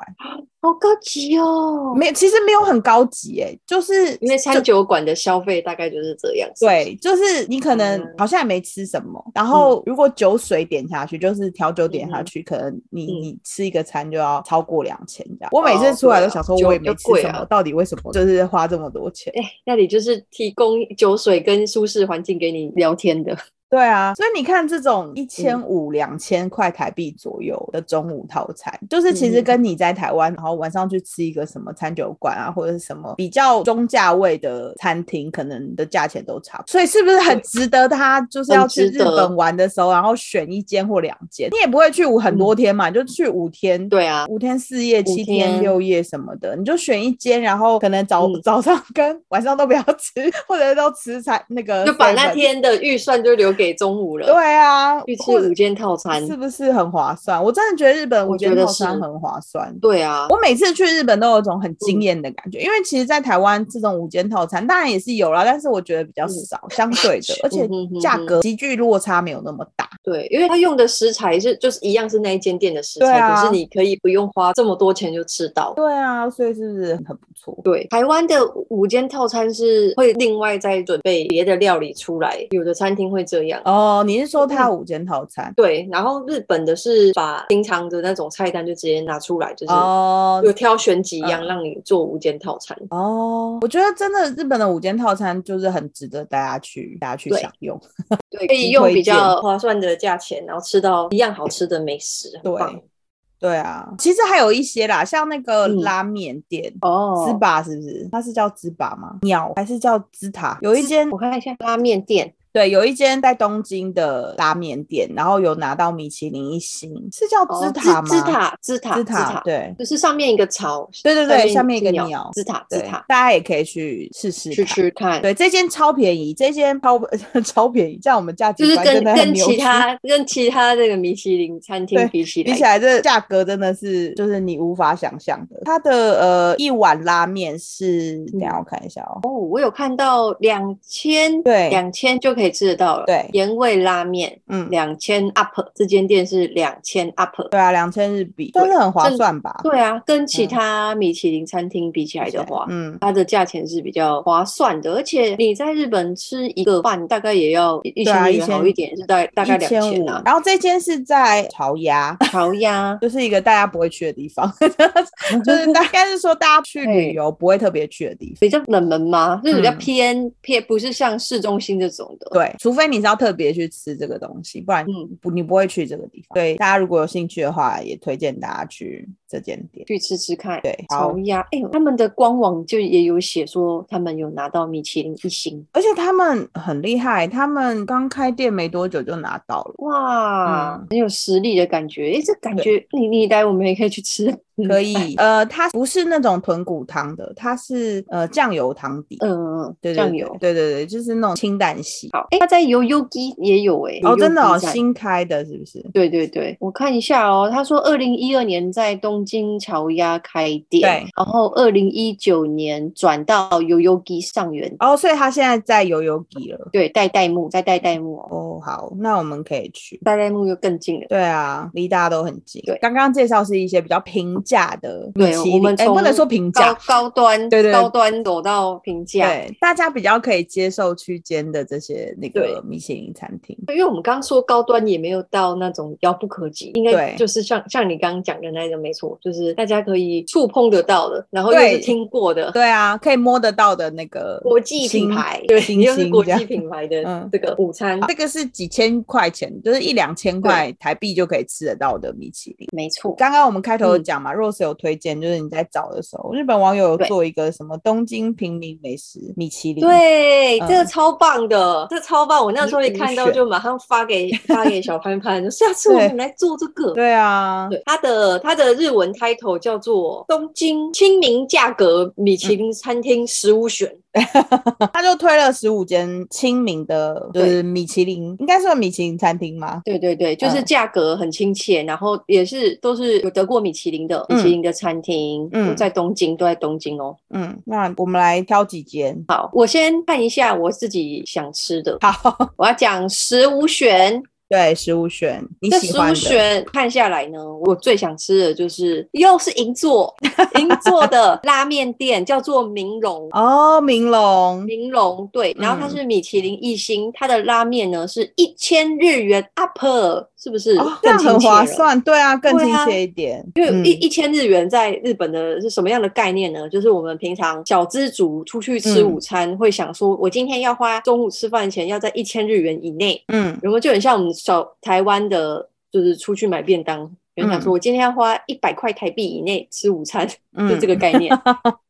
Speaker 2: 好高级哦！
Speaker 1: 没有，其实没有很高级诶、就是
Speaker 2: 因为
Speaker 1: 就
Speaker 2: 餐酒馆的消费大概就是这样。是不是，
Speaker 1: 对，就是你可能
Speaker 2: 嗯
Speaker 1: 好像也没吃什么，然后如果酒水点下去，就是调酒点下
Speaker 2: 嗯
Speaker 1: 去，可能你
Speaker 2: 嗯
Speaker 1: 你吃一个餐就要超过两千这样。我每次
Speaker 2: 哦
Speaker 1: 出来
Speaker 2: 对
Speaker 1: 都
Speaker 2: 啊
Speaker 1: 想说，
Speaker 2: 酒
Speaker 1: 我也
Speaker 2: 比
Speaker 1: 没
Speaker 2: 较
Speaker 1: 吃
Speaker 2: 贵
Speaker 1: 什
Speaker 2: 啊
Speaker 1: 么，到底为什么就是花这么多钱？
Speaker 2: 哎、那里就是提供酒水跟舒适环境给你聊天 的。
Speaker 1: 对啊，所以你看这种一
Speaker 2: 嗯
Speaker 1: 千五、两千块台币左右的中午套餐，就是其实
Speaker 2: 嗯
Speaker 1: 跟你在台湾，然后晚上去吃一个什么餐酒馆啊，或者是什么比较中价位的餐厅，可能的价钱都差不多。所以是不是很
Speaker 2: 对
Speaker 1: 值得他就是
Speaker 2: 很
Speaker 1: 要去
Speaker 2: 值
Speaker 1: 日
Speaker 2: 得
Speaker 1: 本玩的时候，然后选一间或两间？你也不会去五很多天嘛，你就去五天。
Speaker 2: 嗯对啊，
Speaker 1: 五天四夜、
Speaker 2: 五
Speaker 1: 七天
Speaker 2: 天
Speaker 1: 六夜什么的，你就选一间，然后可能早、
Speaker 2: 嗯
Speaker 1: 早上跟 晚上都不要吃，或者都吃餐那个
Speaker 2: 就把那
Speaker 1: seven
Speaker 2: 天的预算就留给中午了。
Speaker 1: 对啊，
Speaker 2: 去吃
Speaker 1: 或者
Speaker 2: 午间套餐。
Speaker 1: 是不是很划算？我真的觉得日本
Speaker 2: 我
Speaker 1: 午间
Speaker 2: 觉得
Speaker 1: 套餐
Speaker 2: 是
Speaker 1: 很划算。
Speaker 2: 对嗯啊，
Speaker 1: 我每次去日本都有一种很惊艳的感觉，因为其实，在台湾这种午间套餐当然也是有啦，但是我觉得比较
Speaker 2: 嗯
Speaker 1: 少，相对的，而且
Speaker 2: 嗯哼哼
Speaker 1: 价
Speaker 2: 哼
Speaker 1: 格急剧落差没有那么大。
Speaker 2: 对，因为它用的食材是就是一样是那一间店的食
Speaker 1: 对
Speaker 2: 材，
Speaker 1: 啊
Speaker 2: 可是你可以不用花这么多钱就吃到。
Speaker 1: 对啊，所以是不是很不错？
Speaker 2: 对，台湾的午间套餐是会另外再准备别的料理出来，有的餐厅会这样。
Speaker 1: 哦，你是说
Speaker 2: 嗯
Speaker 1: 它午间套餐？
Speaker 2: 对，然后日本的是把平常的那种菜单就直接拿出来，就是
Speaker 1: 哦
Speaker 2: 有挑选几样
Speaker 1: 嗯
Speaker 2: 让你做午间套餐。
Speaker 1: 哦，我觉得真的日本的午间套餐就是很值得大家去大家去
Speaker 2: 对
Speaker 1: 享用。
Speaker 2: 对，可以
Speaker 1: 极
Speaker 2: 用
Speaker 1: 推
Speaker 2: 比
Speaker 1: 荐
Speaker 2: 较划算的价钱，然后吃到一样好吃的美食，很棒
Speaker 1: 对。对啊，其实还有一些啦，像那个
Speaker 2: 嗯
Speaker 1: 拉面店，芝
Speaker 2: 哦。
Speaker 1: 粑是不是？它是叫芝粑吗？鸟还是叫芝塔？有一间
Speaker 2: 我看一下拉面店，
Speaker 1: 对，有一间在东京的拉面店，然后有拿到米其林一星，是叫
Speaker 2: 哦
Speaker 1: 芝塔吗？
Speaker 2: 芝塔，芝塔，
Speaker 1: 芝
Speaker 2: 芝
Speaker 1: 塔，对
Speaker 2: 就是上面一个草，
Speaker 1: 对对对，下
Speaker 2: 下
Speaker 1: 面一个
Speaker 2: 是
Speaker 1: 鸟，
Speaker 2: 紫塔紫
Speaker 1: 对
Speaker 2: 塔，
Speaker 1: 大家也可以去试试
Speaker 2: 去
Speaker 1: 看。
Speaker 2: 吃看，
Speaker 1: 对，这间超便宜，这间超 超便宜，这样我们价值
Speaker 2: 就是
Speaker 1: 观
Speaker 2: 跟
Speaker 1: 真的很
Speaker 2: 跟
Speaker 1: 扭
Speaker 2: 其
Speaker 1: 曲。
Speaker 2: 他跟其他这个米其林餐
Speaker 1: 对
Speaker 2: 厅比起
Speaker 1: 比
Speaker 2: 来
Speaker 1: 起，来，这价格真的是就是你无法想象的。它的呃一碗拉面
Speaker 2: 嗯
Speaker 1: 是，等一下我看一下哦，
Speaker 2: 哦，我有看到两千，
Speaker 1: 对
Speaker 2: 两千就可以吃得到了，
Speaker 1: 对
Speaker 2: 盐味拉面
Speaker 1: 嗯，
Speaker 2: 两千 up，这间店是两千 up，
Speaker 1: 对啊，两千日币，真
Speaker 2: 对
Speaker 1: 的很划
Speaker 2: 这
Speaker 1: 算吧？
Speaker 2: 对啊，跟
Speaker 1: 嗯
Speaker 2: 其他米其林餐厅比起来的话。
Speaker 1: 嗯，
Speaker 2: 它的价钱是比较划算的，而且你在日本吃一个饭大概也要一
Speaker 1: 对
Speaker 2: 千
Speaker 1: 啊
Speaker 2: 日元
Speaker 1: 1000
Speaker 2: 好一点，是大概大概两
Speaker 1: 千
Speaker 2: 千
Speaker 1: 五
Speaker 2: 啊。。
Speaker 1: 然后这间是在朝鸭，
Speaker 2: 烤鸭，
Speaker 1: 就是一个大家不会去的地方， 就是大应该是说大家去旅游不会特别去的地方。
Speaker 2: 比较冷门吗？就是比较
Speaker 1: 嗯
Speaker 2: 偏、偏，不是像市中心这种的。
Speaker 1: 对，除非你是要特别去吃这个东西，不然
Speaker 2: 嗯
Speaker 1: 不你不会去这个地方。对，大家如果有兴趣的话，也推荐大家去这间店。
Speaker 2: 去吃吃看。
Speaker 1: 对，好
Speaker 2: 烤，鸭，哎、他们的官网就也有写说他们有拿到米其林一星，
Speaker 1: 而且他们很厉害，他们刚开店没多久就拿到了。
Speaker 2: 哇，
Speaker 1: 嗯
Speaker 2: 很有实力的感觉。哎、这感觉你你来我们也可以去吃，
Speaker 1: 可以，呃，它不是那种豚骨汤的，它是呃酱油汤底，
Speaker 2: 嗯， 嗯，嗯，
Speaker 1: 对对
Speaker 2: 酱
Speaker 1: 对
Speaker 2: 油。
Speaker 1: 对对对，就是那种清淡系。
Speaker 2: 好，哎、它在 y o y o g i 也有哎、
Speaker 1: 哦，
Speaker 2: Yoyogi
Speaker 1: 真的哦，
Speaker 2: 站
Speaker 1: 新开的是不是？
Speaker 2: 对对对，我看一下哦，他说二零一二年在东京桥鸭开店，
Speaker 1: 对，
Speaker 2: 然后二零一九年转到 y o y o g i 上源，
Speaker 1: 哦，所以他现在在游游记了。
Speaker 2: 对，带代木，在带代木哦，
Speaker 1: 哦，好，那我们可以去。
Speaker 2: 带代木又更近了。
Speaker 1: 对啊，离大家都很近。
Speaker 2: 对
Speaker 1: 刚刚介绍是一些比较平价的米
Speaker 2: 对
Speaker 1: 其林，
Speaker 2: 我们
Speaker 1: 哎，不
Speaker 2: 从
Speaker 1: 能说平
Speaker 2: 高
Speaker 1: 价，
Speaker 2: 高端，
Speaker 1: 对对对
Speaker 2: 高端走到平价。
Speaker 1: 对，大家比较可以接受区间的这些那个
Speaker 2: 对
Speaker 1: 米其林餐厅。
Speaker 2: 因为我们刚刚说高端也没有到那种遥不可及，应该
Speaker 1: 对
Speaker 2: 就是像像你刚刚讲的那种，没错，就是大家可以触碰得到的，然后又
Speaker 1: 对
Speaker 2: 是听过的，
Speaker 1: 对啊，可以摸得到的那个
Speaker 2: 国际品
Speaker 1: 星
Speaker 2: 牌， 对，
Speaker 1: 星
Speaker 2: 又是
Speaker 1: 星
Speaker 2: 国
Speaker 1: 这样
Speaker 2: 际品牌
Speaker 1: 嗯
Speaker 2: 的这个午餐，
Speaker 1: 这个是几千块钱，就是一两千块台币就可以吃得到的米其林。
Speaker 2: 没错。
Speaker 1: 刚刚我们开头有
Speaker 2: 嗯
Speaker 1: 讲嘛、r o s e 有推荐，就是你在找的时候，日本网友有
Speaker 2: 对
Speaker 1: 做一个什么东京平民美食米其林，
Speaker 2: 对，
Speaker 1: 嗯
Speaker 2: 这个超棒的，这个超棒！我那时候一
Speaker 1: 你
Speaker 2: 看到
Speaker 1: 选
Speaker 2: 就马上发给发给小潘潘，就下次我
Speaker 1: 对
Speaker 2: 们来做这个。
Speaker 1: 对啊，
Speaker 2: 对，它的它的日文 title 叫做《东京亲民价格米其林餐厅食物选》
Speaker 1: 他就推了十五间亲民的，就
Speaker 2: 对
Speaker 1: 是米其林，应该算米其林餐厅吗？
Speaker 2: 对对对，就是
Speaker 1: 嗯
Speaker 2: 价格很亲切，然后也是都是有得过米其林的米其林的餐厅，
Speaker 1: 嗯
Speaker 2: 都在东京，都在东京哦。
Speaker 1: 嗯，那我们来挑几间。
Speaker 2: 好，我先看一下我自己想吃的，
Speaker 1: 好，
Speaker 2: 我要讲食无 选，
Speaker 1: 对，食物选你
Speaker 2: 这
Speaker 1: 喜
Speaker 2: 食
Speaker 1: 欢
Speaker 2: 物
Speaker 1: 的，
Speaker 2: 选看下来呢，我最想吃的就是又是银座银座的拉面店，叫做明荣。
Speaker 1: 哦，明龙，
Speaker 2: 明龙对，然后它
Speaker 1: 嗯
Speaker 2: 是米其林一星，它的拉面呢是一千日元 up，是不是？
Speaker 1: 哦，这
Speaker 2: 更
Speaker 1: 样
Speaker 2: 亲
Speaker 1: 很
Speaker 2: 切
Speaker 1: 划
Speaker 2: 了
Speaker 1: 算，对啊，更
Speaker 2: 对
Speaker 1: 亲
Speaker 2: 啊
Speaker 1: 切一点，
Speaker 2: 因为一
Speaker 1: 嗯
Speaker 2: 一千日元在日本的是什么样的概念呢？就是我们平常小资族出去吃
Speaker 1: 嗯
Speaker 2: 午餐，会想说，我今天要花中午吃饭前要在一千日元以内，
Speaker 1: 嗯
Speaker 2: 有没有？就很像我们小台湾的，就是出去买便当，有人想说我今天要花一百块台币以内吃午餐，
Speaker 1: 嗯，
Speaker 2: 就这个概念。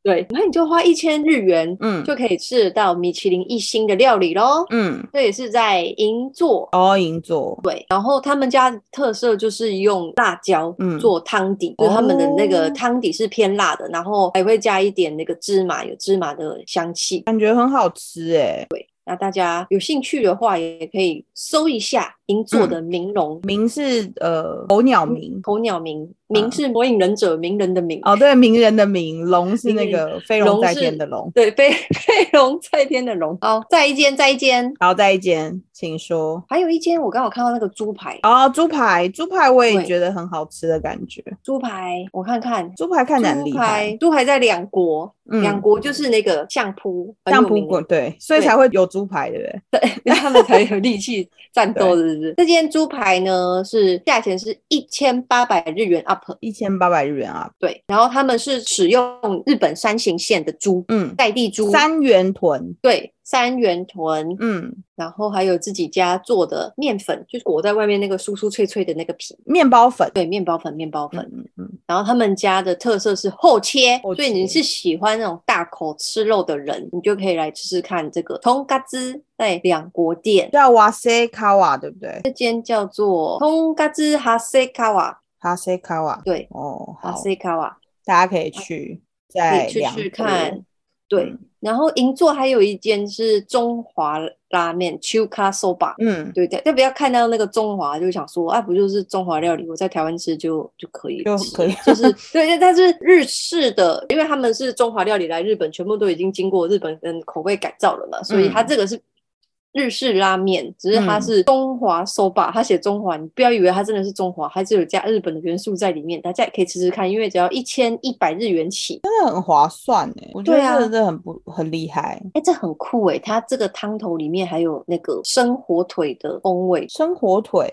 Speaker 2: 对，那你就花一千日元
Speaker 1: 嗯
Speaker 2: 就可以吃得到米其林一星的料理喽。
Speaker 1: 嗯，
Speaker 2: 这也是在银座。
Speaker 1: 哦，银座，
Speaker 2: 对，然后他们家特色就是用辣椒
Speaker 1: 嗯
Speaker 2: 做汤底，就是他们的那个汤底是偏辣的，然后还会加一点那个芝麻，有芝麻的香气。
Speaker 1: 感觉很好吃哎，
Speaker 2: 那大家有兴趣的话，也可以搜一下银座的明龙、
Speaker 1: 名是呃候鸟名，啊
Speaker 2: 鸵鸟鸣，鸣是火影忍者鸣人的鸣，
Speaker 1: 哦，对，鸣人的鸣，龙是那
Speaker 2: 鸣人
Speaker 1: 个飞龙
Speaker 2: 龙
Speaker 1: 在
Speaker 2: 是
Speaker 1: 天的龙。
Speaker 2: 对，飞 飞龙在天的龙。好，再一间，再一间，
Speaker 1: 然后再一间，请说。
Speaker 2: 还有一间我刚好看到那个猪排，
Speaker 1: 哦，猪排，猪排我也
Speaker 2: 对
Speaker 1: 觉得很好吃的感觉。
Speaker 2: 猪排我看看。
Speaker 1: 猪排看起来很
Speaker 2: 猪
Speaker 1: 厉害
Speaker 2: 排，，猪排在两国，
Speaker 1: 嗯
Speaker 2: 两国就是那个相扑，很
Speaker 1: 像
Speaker 2: 有
Speaker 1: 不
Speaker 2: 名的
Speaker 1: 滚对，所以
Speaker 2: 对
Speaker 1: 才会有猪排，对不对？
Speaker 2: 他们才有力气战斗， 是不是？这间猪排呢是价钱是一千八百日元 up，
Speaker 1: 一千八百日元啊，
Speaker 2: 对，然后他们是使用日本山形县的猪，
Speaker 1: 嗯，
Speaker 2: 在地猪，
Speaker 1: 三元豚，
Speaker 2: 对三元豚，
Speaker 1: 嗯，
Speaker 2: 然后还有自己家做的面粉，就是裹在外面那个酥酥脆脆的那个皮。
Speaker 1: 面包粉，
Speaker 2: 对，面包粉，面包粉。
Speaker 1: 嗯嗯，
Speaker 2: 然后他们家的特色是厚切，
Speaker 1: 厚
Speaker 2: 所以你
Speaker 1: 切
Speaker 2: 是喜欢那种大口吃肉的人，你就可以来试试看这个通嘎兹在两国店。
Speaker 1: 叫瓦塞卡瓦，对不对？
Speaker 2: 这间叫做通嘎兹哈塞卡瓦，
Speaker 1: 哈塞卡瓦，
Speaker 2: 对，
Speaker 1: 哦，
Speaker 2: 哈
Speaker 1: 好，
Speaker 2: 塞卡瓦，
Speaker 1: 大家可以去，在
Speaker 2: 你去
Speaker 1: 两
Speaker 2: 试
Speaker 1: 国
Speaker 2: 看。对
Speaker 1: 嗯，
Speaker 2: 然后银座还有一间是中华拉面 Chuka Soba，
Speaker 1: 嗯，
Speaker 2: 对对，但不要看到那个中华就想说啊，不就是中华料理，我在台湾吃就就可以
Speaker 1: 就
Speaker 2: 吃
Speaker 1: 可以
Speaker 2: 就是对对，但是日式的，因为他们是中华料理来日本，全部都已经经过日本人口味改造了嘛，所以它这个是日式拉面，只是它
Speaker 1: 嗯
Speaker 2: 是中华 soba，它写中华，你不要以为它真的是中华，它是有加日本的元素在里面，大家也可以吃吃看，因为只要一千一百日元起，
Speaker 1: 真的很划算哎，我觉得
Speaker 2: 对啊
Speaker 1: 真的是很不很厉害。
Speaker 2: 哎，这很酷哎，它这个汤头里面还有那个生火腿的风味，
Speaker 1: 生火腿，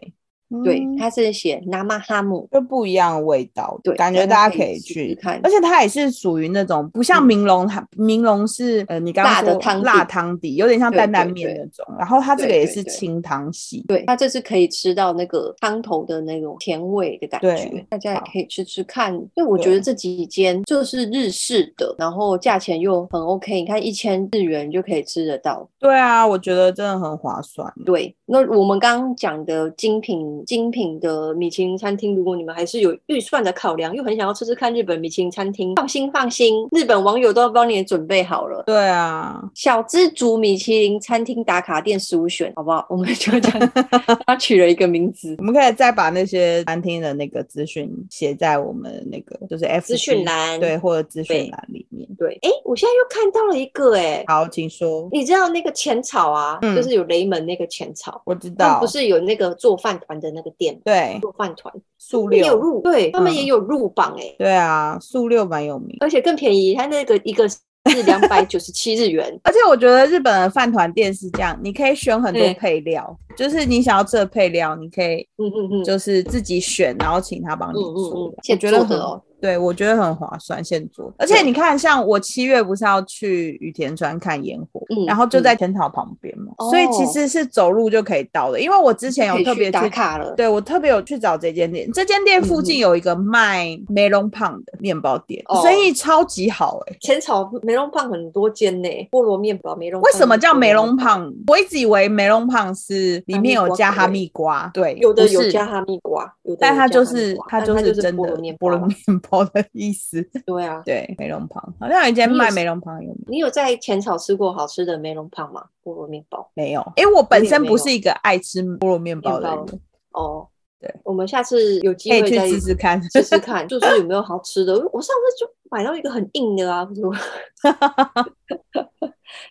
Speaker 2: 对
Speaker 1: 嗯，
Speaker 2: 它是写 nama 哈姆。
Speaker 1: 就不一样的味道，
Speaker 2: 对
Speaker 1: 感觉
Speaker 2: 大家
Speaker 1: 大家
Speaker 2: 可以
Speaker 1: 以
Speaker 2: 试
Speaker 1: 去
Speaker 2: 试看
Speaker 1: 而且它也是属于那种不像
Speaker 2: 嗯
Speaker 1: 明龙，它明龙是呃你刚刚
Speaker 2: 辣的
Speaker 1: 说
Speaker 2: 汤
Speaker 1: 辣
Speaker 2: 底
Speaker 1: 汤底，有点像
Speaker 2: 对
Speaker 1: 担担
Speaker 2: 对
Speaker 1: 面
Speaker 2: 对
Speaker 1: 那种，然后它这
Speaker 2: 对
Speaker 1: 个也
Speaker 2: 对
Speaker 1: 是
Speaker 2: 对
Speaker 1: 清汤系，
Speaker 2: 对，它这次可以吃到那个汤头的那种甜味的感
Speaker 1: 对
Speaker 2: 觉，大家也可以吃吃看。所以我觉
Speaker 1: 对
Speaker 2: 得这几间就是日式的，然后价钱又很 OK，你看一千日元就可以吃得到。
Speaker 1: 对啊，我觉得真的很划算，
Speaker 2: 对，那我们刚刚讲的精品精品的米其林餐厅，如果你们还是有预算的考量，又很想要吃吃看日本米其林餐厅，放心放心，日本网友都帮你准备好了。
Speaker 1: 对啊，
Speaker 2: 小资族米其林餐厅打卡店十五选，好不好？我们就这样， 他取了一个名字。
Speaker 1: 我们可以再把那些餐厅的那个资讯写在我们那个就是 F
Speaker 2: 资讯栏
Speaker 1: 对或者资讯
Speaker 2: 对
Speaker 1: 栏里面。
Speaker 2: 对，哎，我现在又看到了一个、诶，哎，
Speaker 1: 好，请说，
Speaker 2: 你知道那个浅草啊，
Speaker 1: 嗯
Speaker 2: 就是有雷门那个浅草，
Speaker 1: 我知
Speaker 2: 他
Speaker 1: 道
Speaker 2: 们不是有那个做饭团的那个店吗，
Speaker 1: 对
Speaker 2: 做饭团
Speaker 1: 素
Speaker 2: 也有
Speaker 1: 六，
Speaker 2: 入，对他们也
Speaker 1: 嗯
Speaker 2: 有入榜、诶，哎、
Speaker 1: 对啊，素六蛮有名。
Speaker 2: 而且更便宜，它那个一个是两百九十七日元，
Speaker 1: 而且我觉得日本的饭团店是这样，你可以选很多
Speaker 2: 对
Speaker 1: 配料，就是你想要吃的配料，你可以
Speaker 2: 嗯嗯嗯，
Speaker 1: 就是自己选，然后请他帮你
Speaker 2: 嗯嗯
Speaker 1: 做。
Speaker 2: 嗯，现
Speaker 1: 我觉
Speaker 2: 做
Speaker 1: 得
Speaker 2: 的
Speaker 1: 很
Speaker 2: 哦，
Speaker 1: 对，我觉得很划算，现做。而且你看，像我七月不是要去羽田川看烟火，
Speaker 2: 嗯
Speaker 1: 然后就在天堂旁边嘛，
Speaker 2: 哦
Speaker 1: 所以其实是走路就可以到的。因为我之前
Speaker 2: 可
Speaker 1: 有
Speaker 2: 以
Speaker 1: 特
Speaker 2: 去
Speaker 1: 别
Speaker 2: 打
Speaker 1: 去
Speaker 2: 卡了。
Speaker 1: 对我特别有去找这间店，这间店附近有一个卖梅隆胖的面包店，
Speaker 2: 哦
Speaker 1: 生意超级好哎、
Speaker 2: 浅草梅隆胖很多间呢，菠萝面包梅隆胖
Speaker 1: 为什么叫梅隆
Speaker 2: 很多间？
Speaker 1: 胖？我一直以为梅隆胖是里面有加哈
Speaker 2: 哈
Speaker 1: 密
Speaker 2: 密
Speaker 1: 瓜，对，
Speaker 2: 有的
Speaker 1: 不
Speaker 2: 有
Speaker 1: 是
Speaker 2: 加哈密瓜，有的
Speaker 1: 但
Speaker 2: 有
Speaker 1: 它
Speaker 2: 加
Speaker 1: 就
Speaker 2: 哈密
Speaker 1: 是
Speaker 2: 瓜
Speaker 1: 它
Speaker 2: 但它
Speaker 1: 是
Speaker 2: 是
Speaker 1: 真
Speaker 2: 菠
Speaker 1: 的
Speaker 2: 萝面
Speaker 1: 菠萝
Speaker 2: 包
Speaker 1: 面包的意思。
Speaker 2: 对啊，
Speaker 1: 对，梅隆胖好像有一间
Speaker 2: 你有
Speaker 1: 卖
Speaker 2: 吃
Speaker 1: 梅隆胖有
Speaker 2: 你有在浅草吃过好吃的梅隆胖吗？菠萝面包
Speaker 1: 没有？哎、我本
Speaker 2: 也
Speaker 1: 身
Speaker 2: 没
Speaker 1: 不
Speaker 2: 有
Speaker 1: 是一个爱吃菠萝面包的
Speaker 2: 面包
Speaker 1: 人，
Speaker 2: 哦。
Speaker 1: 对，
Speaker 2: 我们下次有机
Speaker 1: 可以
Speaker 2: 会
Speaker 1: 去
Speaker 2: 再
Speaker 1: 试试看。
Speaker 2: 试 试看，就是有没有好吃的。我上次就买到一个很硬的啊，我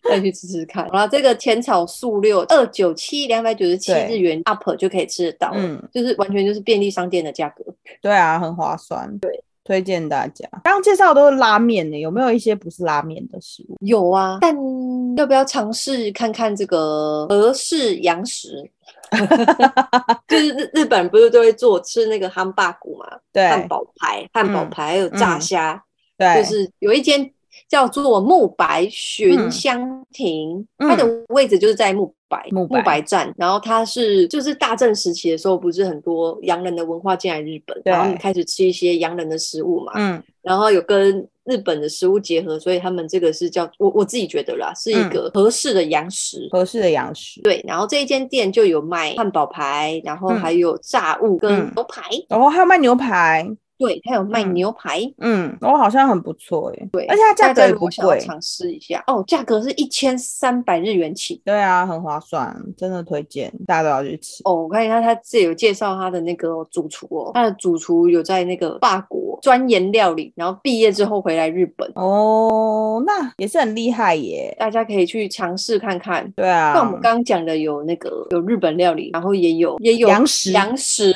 Speaker 2: 再去吃吃看。好了，这个浅草素六二九七两百九十七
Speaker 1: 对
Speaker 2: 日元 up 就可以吃得到了，
Speaker 1: 嗯
Speaker 2: 就是完全就是便利商店的价格。
Speaker 1: 对啊，很划算。对。推荐大家，刚刚介绍的都是拉面呢、有没有一些不是拉面的食 物？
Speaker 2: 有啊，但要不要尝试看看这个俄式洋食？就是日日本不是都会做吃那个汉巴骨嘛，
Speaker 1: 对，
Speaker 2: 汉堡排、汉堡
Speaker 1: 嗯
Speaker 2: 排还有炸
Speaker 1: 嗯
Speaker 2: 虾，
Speaker 1: 对，
Speaker 2: 就是有一间叫做慕白寻香亭，
Speaker 1: 嗯
Speaker 2: 它的位置就是在慕白
Speaker 1: 慕白
Speaker 2: 白站，然后它是就是大正时期的时候，不是很多洋人的文化进来日本，
Speaker 1: 对
Speaker 2: 然后你开始吃一些洋人的食物嘛，
Speaker 1: 嗯
Speaker 2: 然后有跟日本的食物结合，所以他们这个是叫我我自己觉得啦，是一
Speaker 1: 嗯
Speaker 2: 个合适的洋食。
Speaker 1: 合适的洋食，
Speaker 2: 对，然后这一间店就有卖汉堡排，然后
Speaker 1: 嗯
Speaker 2: 还有炸物跟
Speaker 1: 嗯
Speaker 2: 牛排，
Speaker 1: 然后还有卖牛排，
Speaker 2: 对，它有卖
Speaker 1: 嗯
Speaker 2: 牛排，
Speaker 1: 嗯，然后好像很不错耶，
Speaker 2: 对
Speaker 1: 而且它价
Speaker 2: 大
Speaker 1: 格
Speaker 2: 家
Speaker 1: 也
Speaker 2: 如
Speaker 1: 不
Speaker 2: 果想要
Speaker 1: 贵，
Speaker 2: 尝试一下哦，价格是一千三百日元起。
Speaker 1: 对啊，很划算，真的推荐，大家都要去吃。
Speaker 2: 哦，我看一下，他自己有介绍他的那个主厨哦，他的主厨有在那个法国钻研料理，然后毕业之后回来日本，
Speaker 1: 哦，那也是很厉害耶，
Speaker 2: 大家可以去尝试看看。
Speaker 1: 对啊，
Speaker 2: 那我们刚刚讲的有那个有日本料理，然后也有也有
Speaker 1: 洋食
Speaker 2: 洋 食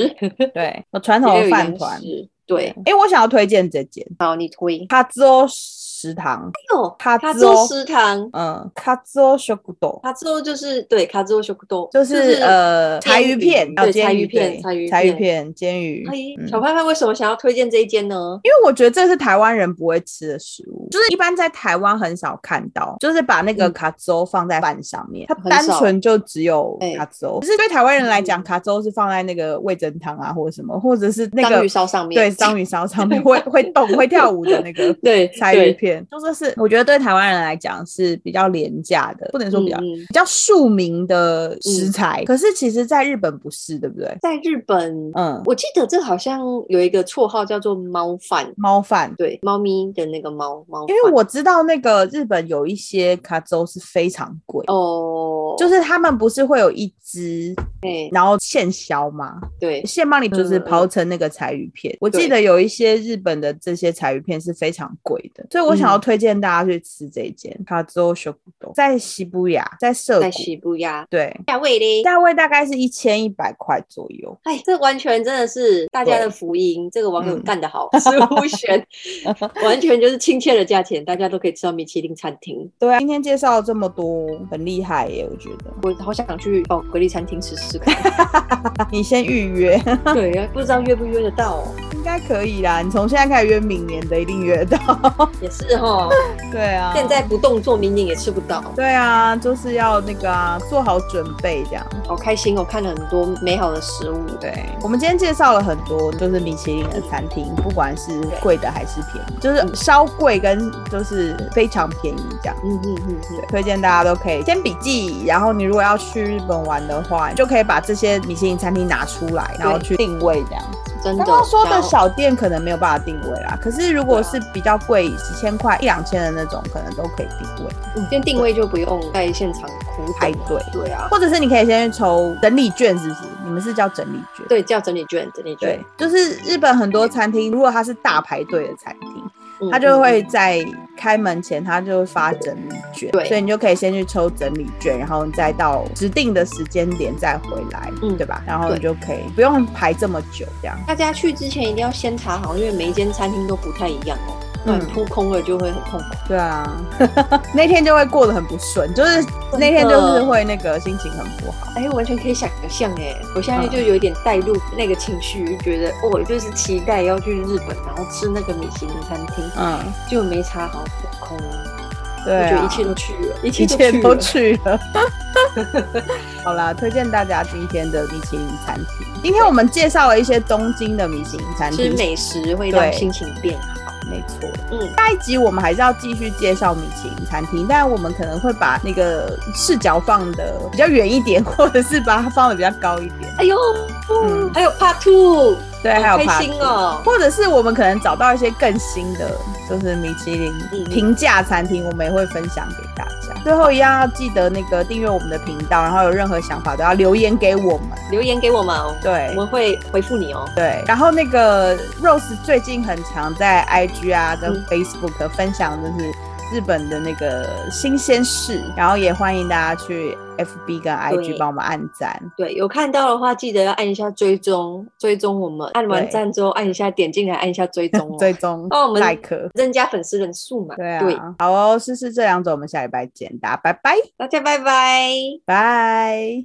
Speaker 1: 对有传统
Speaker 2: 也有
Speaker 1: 的饭
Speaker 2: 洋
Speaker 1: 团，
Speaker 2: 食，对，，
Speaker 1: 哎，我想要推荐这间
Speaker 2: 好，你推。
Speaker 1: 卡兹欧食堂，
Speaker 2: 哦，
Speaker 1: 卡
Speaker 2: 卡
Speaker 1: 兹
Speaker 2: 州
Speaker 1: 欧，
Speaker 2: 食堂，
Speaker 1: 嗯，卡兹欧小古豆。
Speaker 2: 卡州就是对卡州小多，就
Speaker 1: 就
Speaker 2: 是
Speaker 1: 呃，
Speaker 2: 煎
Speaker 1: 柴鱼片，
Speaker 2: 对
Speaker 1: 哦煎
Speaker 2: 柴鱼片
Speaker 1: 对
Speaker 2: 柴鱼
Speaker 1: 柴鱼
Speaker 2: 片
Speaker 1: 片，煎鱼
Speaker 2: 哎。
Speaker 1: 嗯
Speaker 2: 小潘潘为什么想要推荐这一间呢？
Speaker 1: 因为我觉得这是台湾人不会吃的食物，就是一般在台湾很少看到，就是把那个
Speaker 2: 嗯
Speaker 1: 卡州放在饭上面，它
Speaker 2: 很
Speaker 1: 单
Speaker 2: 少
Speaker 1: 纯就只有
Speaker 2: 对
Speaker 1: 卡州。可是对台湾人来讲，
Speaker 2: 嗯
Speaker 1: 卡州是放在那个味噌汤啊，或者什么，或者是那
Speaker 2: 章
Speaker 1: 个
Speaker 2: 鱼烧上面，
Speaker 1: 对章鱼烧上 面会会动会跳舞的那个
Speaker 2: 对
Speaker 1: 柴鱼
Speaker 2: 对
Speaker 1: 片，就说是我觉得对台湾人来讲是比较廉价的，不能说比较。
Speaker 2: 嗯嗯
Speaker 1: 比较庶民的食材，可是其实在日本不是，对不对？
Speaker 2: 在日本，
Speaker 1: 嗯，
Speaker 2: 我记得这好像有一个绰号叫做“猫饭
Speaker 1: 猫饭”，。
Speaker 2: 对，猫咪的那个猫猫饭。
Speaker 1: 因为我知道那个日本有一些卡州是非常贵，
Speaker 2: 哦，
Speaker 1: 就是他们不是会有一只，
Speaker 2: 哎
Speaker 1: 然后现削吗？
Speaker 2: 对
Speaker 1: 现帮你就是
Speaker 2: 嗯嗯
Speaker 1: 刨成那个柴鱼片。我记
Speaker 2: 对
Speaker 1: 得有一些日本的这些柴鱼片是非常贵的，所以我想要
Speaker 2: 嗯
Speaker 1: 推荐大家去吃这一间卡州小古豆，在西布雅，在涩
Speaker 2: 在
Speaker 1: 谷，
Speaker 2: 西布亚
Speaker 1: 对，
Speaker 2: 价位嘞。
Speaker 1: 价位大概是一千一百块左右。
Speaker 2: 哎，这完全真的是大家的福音，这个网友
Speaker 1: 嗯
Speaker 2: 干得好，食物选 完全就是亲切的价钱，大家都可以吃到米其林餐厅。
Speaker 1: 对啊，今天介绍了这么多，很厉害耶，我觉得。
Speaker 2: 我好想去宝格丽餐厅吃吃 看，
Speaker 1: 你先预约，
Speaker 2: 对，不知道约不约得到哦，
Speaker 1: 应该可以啦。你从现在开始约，明年的一定约得到。
Speaker 2: 也是哈，
Speaker 1: 对啊，
Speaker 2: 现在不动作，明年也吃不到。
Speaker 1: 对啊，就是要那个啊，做好准备这样。
Speaker 2: 好开心哦，看了很多美好的食物。嗯
Speaker 1: 对，我们今天介绍了很多，就是米其林的餐厅，不管是贵的还是便宜，就是稍贵跟就是非常便宜这样。
Speaker 2: 嗯嗯嗯嗯，
Speaker 1: 推荐大家都可以先笔记，然后你如果要去日本玩的话，你就可以把这些米其林餐厅拿出来，然后去定位这样。
Speaker 2: 真的。
Speaker 1: 刚刚说的
Speaker 2: 想要
Speaker 1: 小店可能没有办法定位啦，可是如果是
Speaker 2: 对啊
Speaker 1: 比较贵，几千块、一两千的那种，可能都可以定位。
Speaker 2: 嗯先定位就不用在现场苦等
Speaker 1: 排队
Speaker 2: 对啊，
Speaker 1: 或者是你可以先去抽整理券，是不是？你们是叫整理券？
Speaker 2: 对，叫整理券，整理
Speaker 1: 对
Speaker 2: 券，，
Speaker 1: 就是日本很多餐厅，如果它是大排队的餐厅，
Speaker 2: 嗯
Speaker 1: 它就会在开门前，它就会发整理券，
Speaker 2: 对
Speaker 1: 所以你就可以先去抽整理券，然后你再到指定的时间点再回来，
Speaker 2: 嗯
Speaker 1: 对吧？然后你
Speaker 2: 对
Speaker 1: 就可以不
Speaker 2: 嗯
Speaker 1: 用排这么久，这样。
Speaker 2: 大家去之前一定要先查好，因为每一间餐厅都不太一样哦。那你
Speaker 1: 嗯
Speaker 2: 扑空了就会很痛苦。
Speaker 1: 对啊， 那天就会过得很不顺，就是那天就是会那个心情很不好。
Speaker 2: 哎，完全可以想象哎，我现在就有一点带入那个情绪，就觉得哦，我就是期待要去日本，然后吃那个米其林餐厅，
Speaker 1: 嗯，
Speaker 2: 就没差好扑空，
Speaker 1: 对、
Speaker 2: 我
Speaker 1: 啊，
Speaker 2: 觉得一切都去了，一切
Speaker 1: 一切都
Speaker 2: 了。
Speaker 1: 去了。 好啦，推荐大家今天的米其林餐厅。今天我们介绍了一些东京的米其林餐
Speaker 2: 吃
Speaker 1: 厅，
Speaker 2: 美食会让
Speaker 1: 对
Speaker 2: 心情变好。
Speaker 1: 没错。
Speaker 2: 嗯，
Speaker 1: 下一集我们还是要继续介绍米其林餐厅，但我们可能会把那个视角放的比较远一点，或者是把它放的比较高一点。
Speaker 2: 哎呦，
Speaker 1: 嗯
Speaker 2: 还有 Part Two，
Speaker 1: 对，还
Speaker 2: 好
Speaker 1: 有
Speaker 2: 开心
Speaker 1: part two
Speaker 2: 哦。
Speaker 1: 或者是我们可能找到一些更新的，就是米其林
Speaker 2: 嗯
Speaker 1: 平价餐厅，我们也会分享给大家。最后一样要记得那个订阅我们的频道，然后有任何想法都要留言给我们。
Speaker 2: 留言给我们哦，
Speaker 1: 对
Speaker 2: 我们会回复你哦。
Speaker 1: 对，然后那个 Rose 最近很常在 IG 啊跟
Speaker 2: 嗯
Speaker 1: Facebook 分享，就是日本的那个新鲜事，然后也欢迎大家去 FB 跟 IG
Speaker 2: 对
Speaker 1: 帮我们按赞。
Speaker 2: 对，有看到的话，记得要按一下追踪，追踪我们。按完
Speaker 1: 对
Speaker 2: 赞之后，按一下点进来，按一下追 踪哦。
Speaker 1: 追踪
Speaker 2: 帮我们
Speaker 1: 耐克，
Speaker 2: 增加粉丝人数嘛。
Speaker 1: 对啊，好哦，试试这两种，我们下礼拜见，大家拜拜，
Speaker 2: 大家拜拜。
Speaker 1: 拜。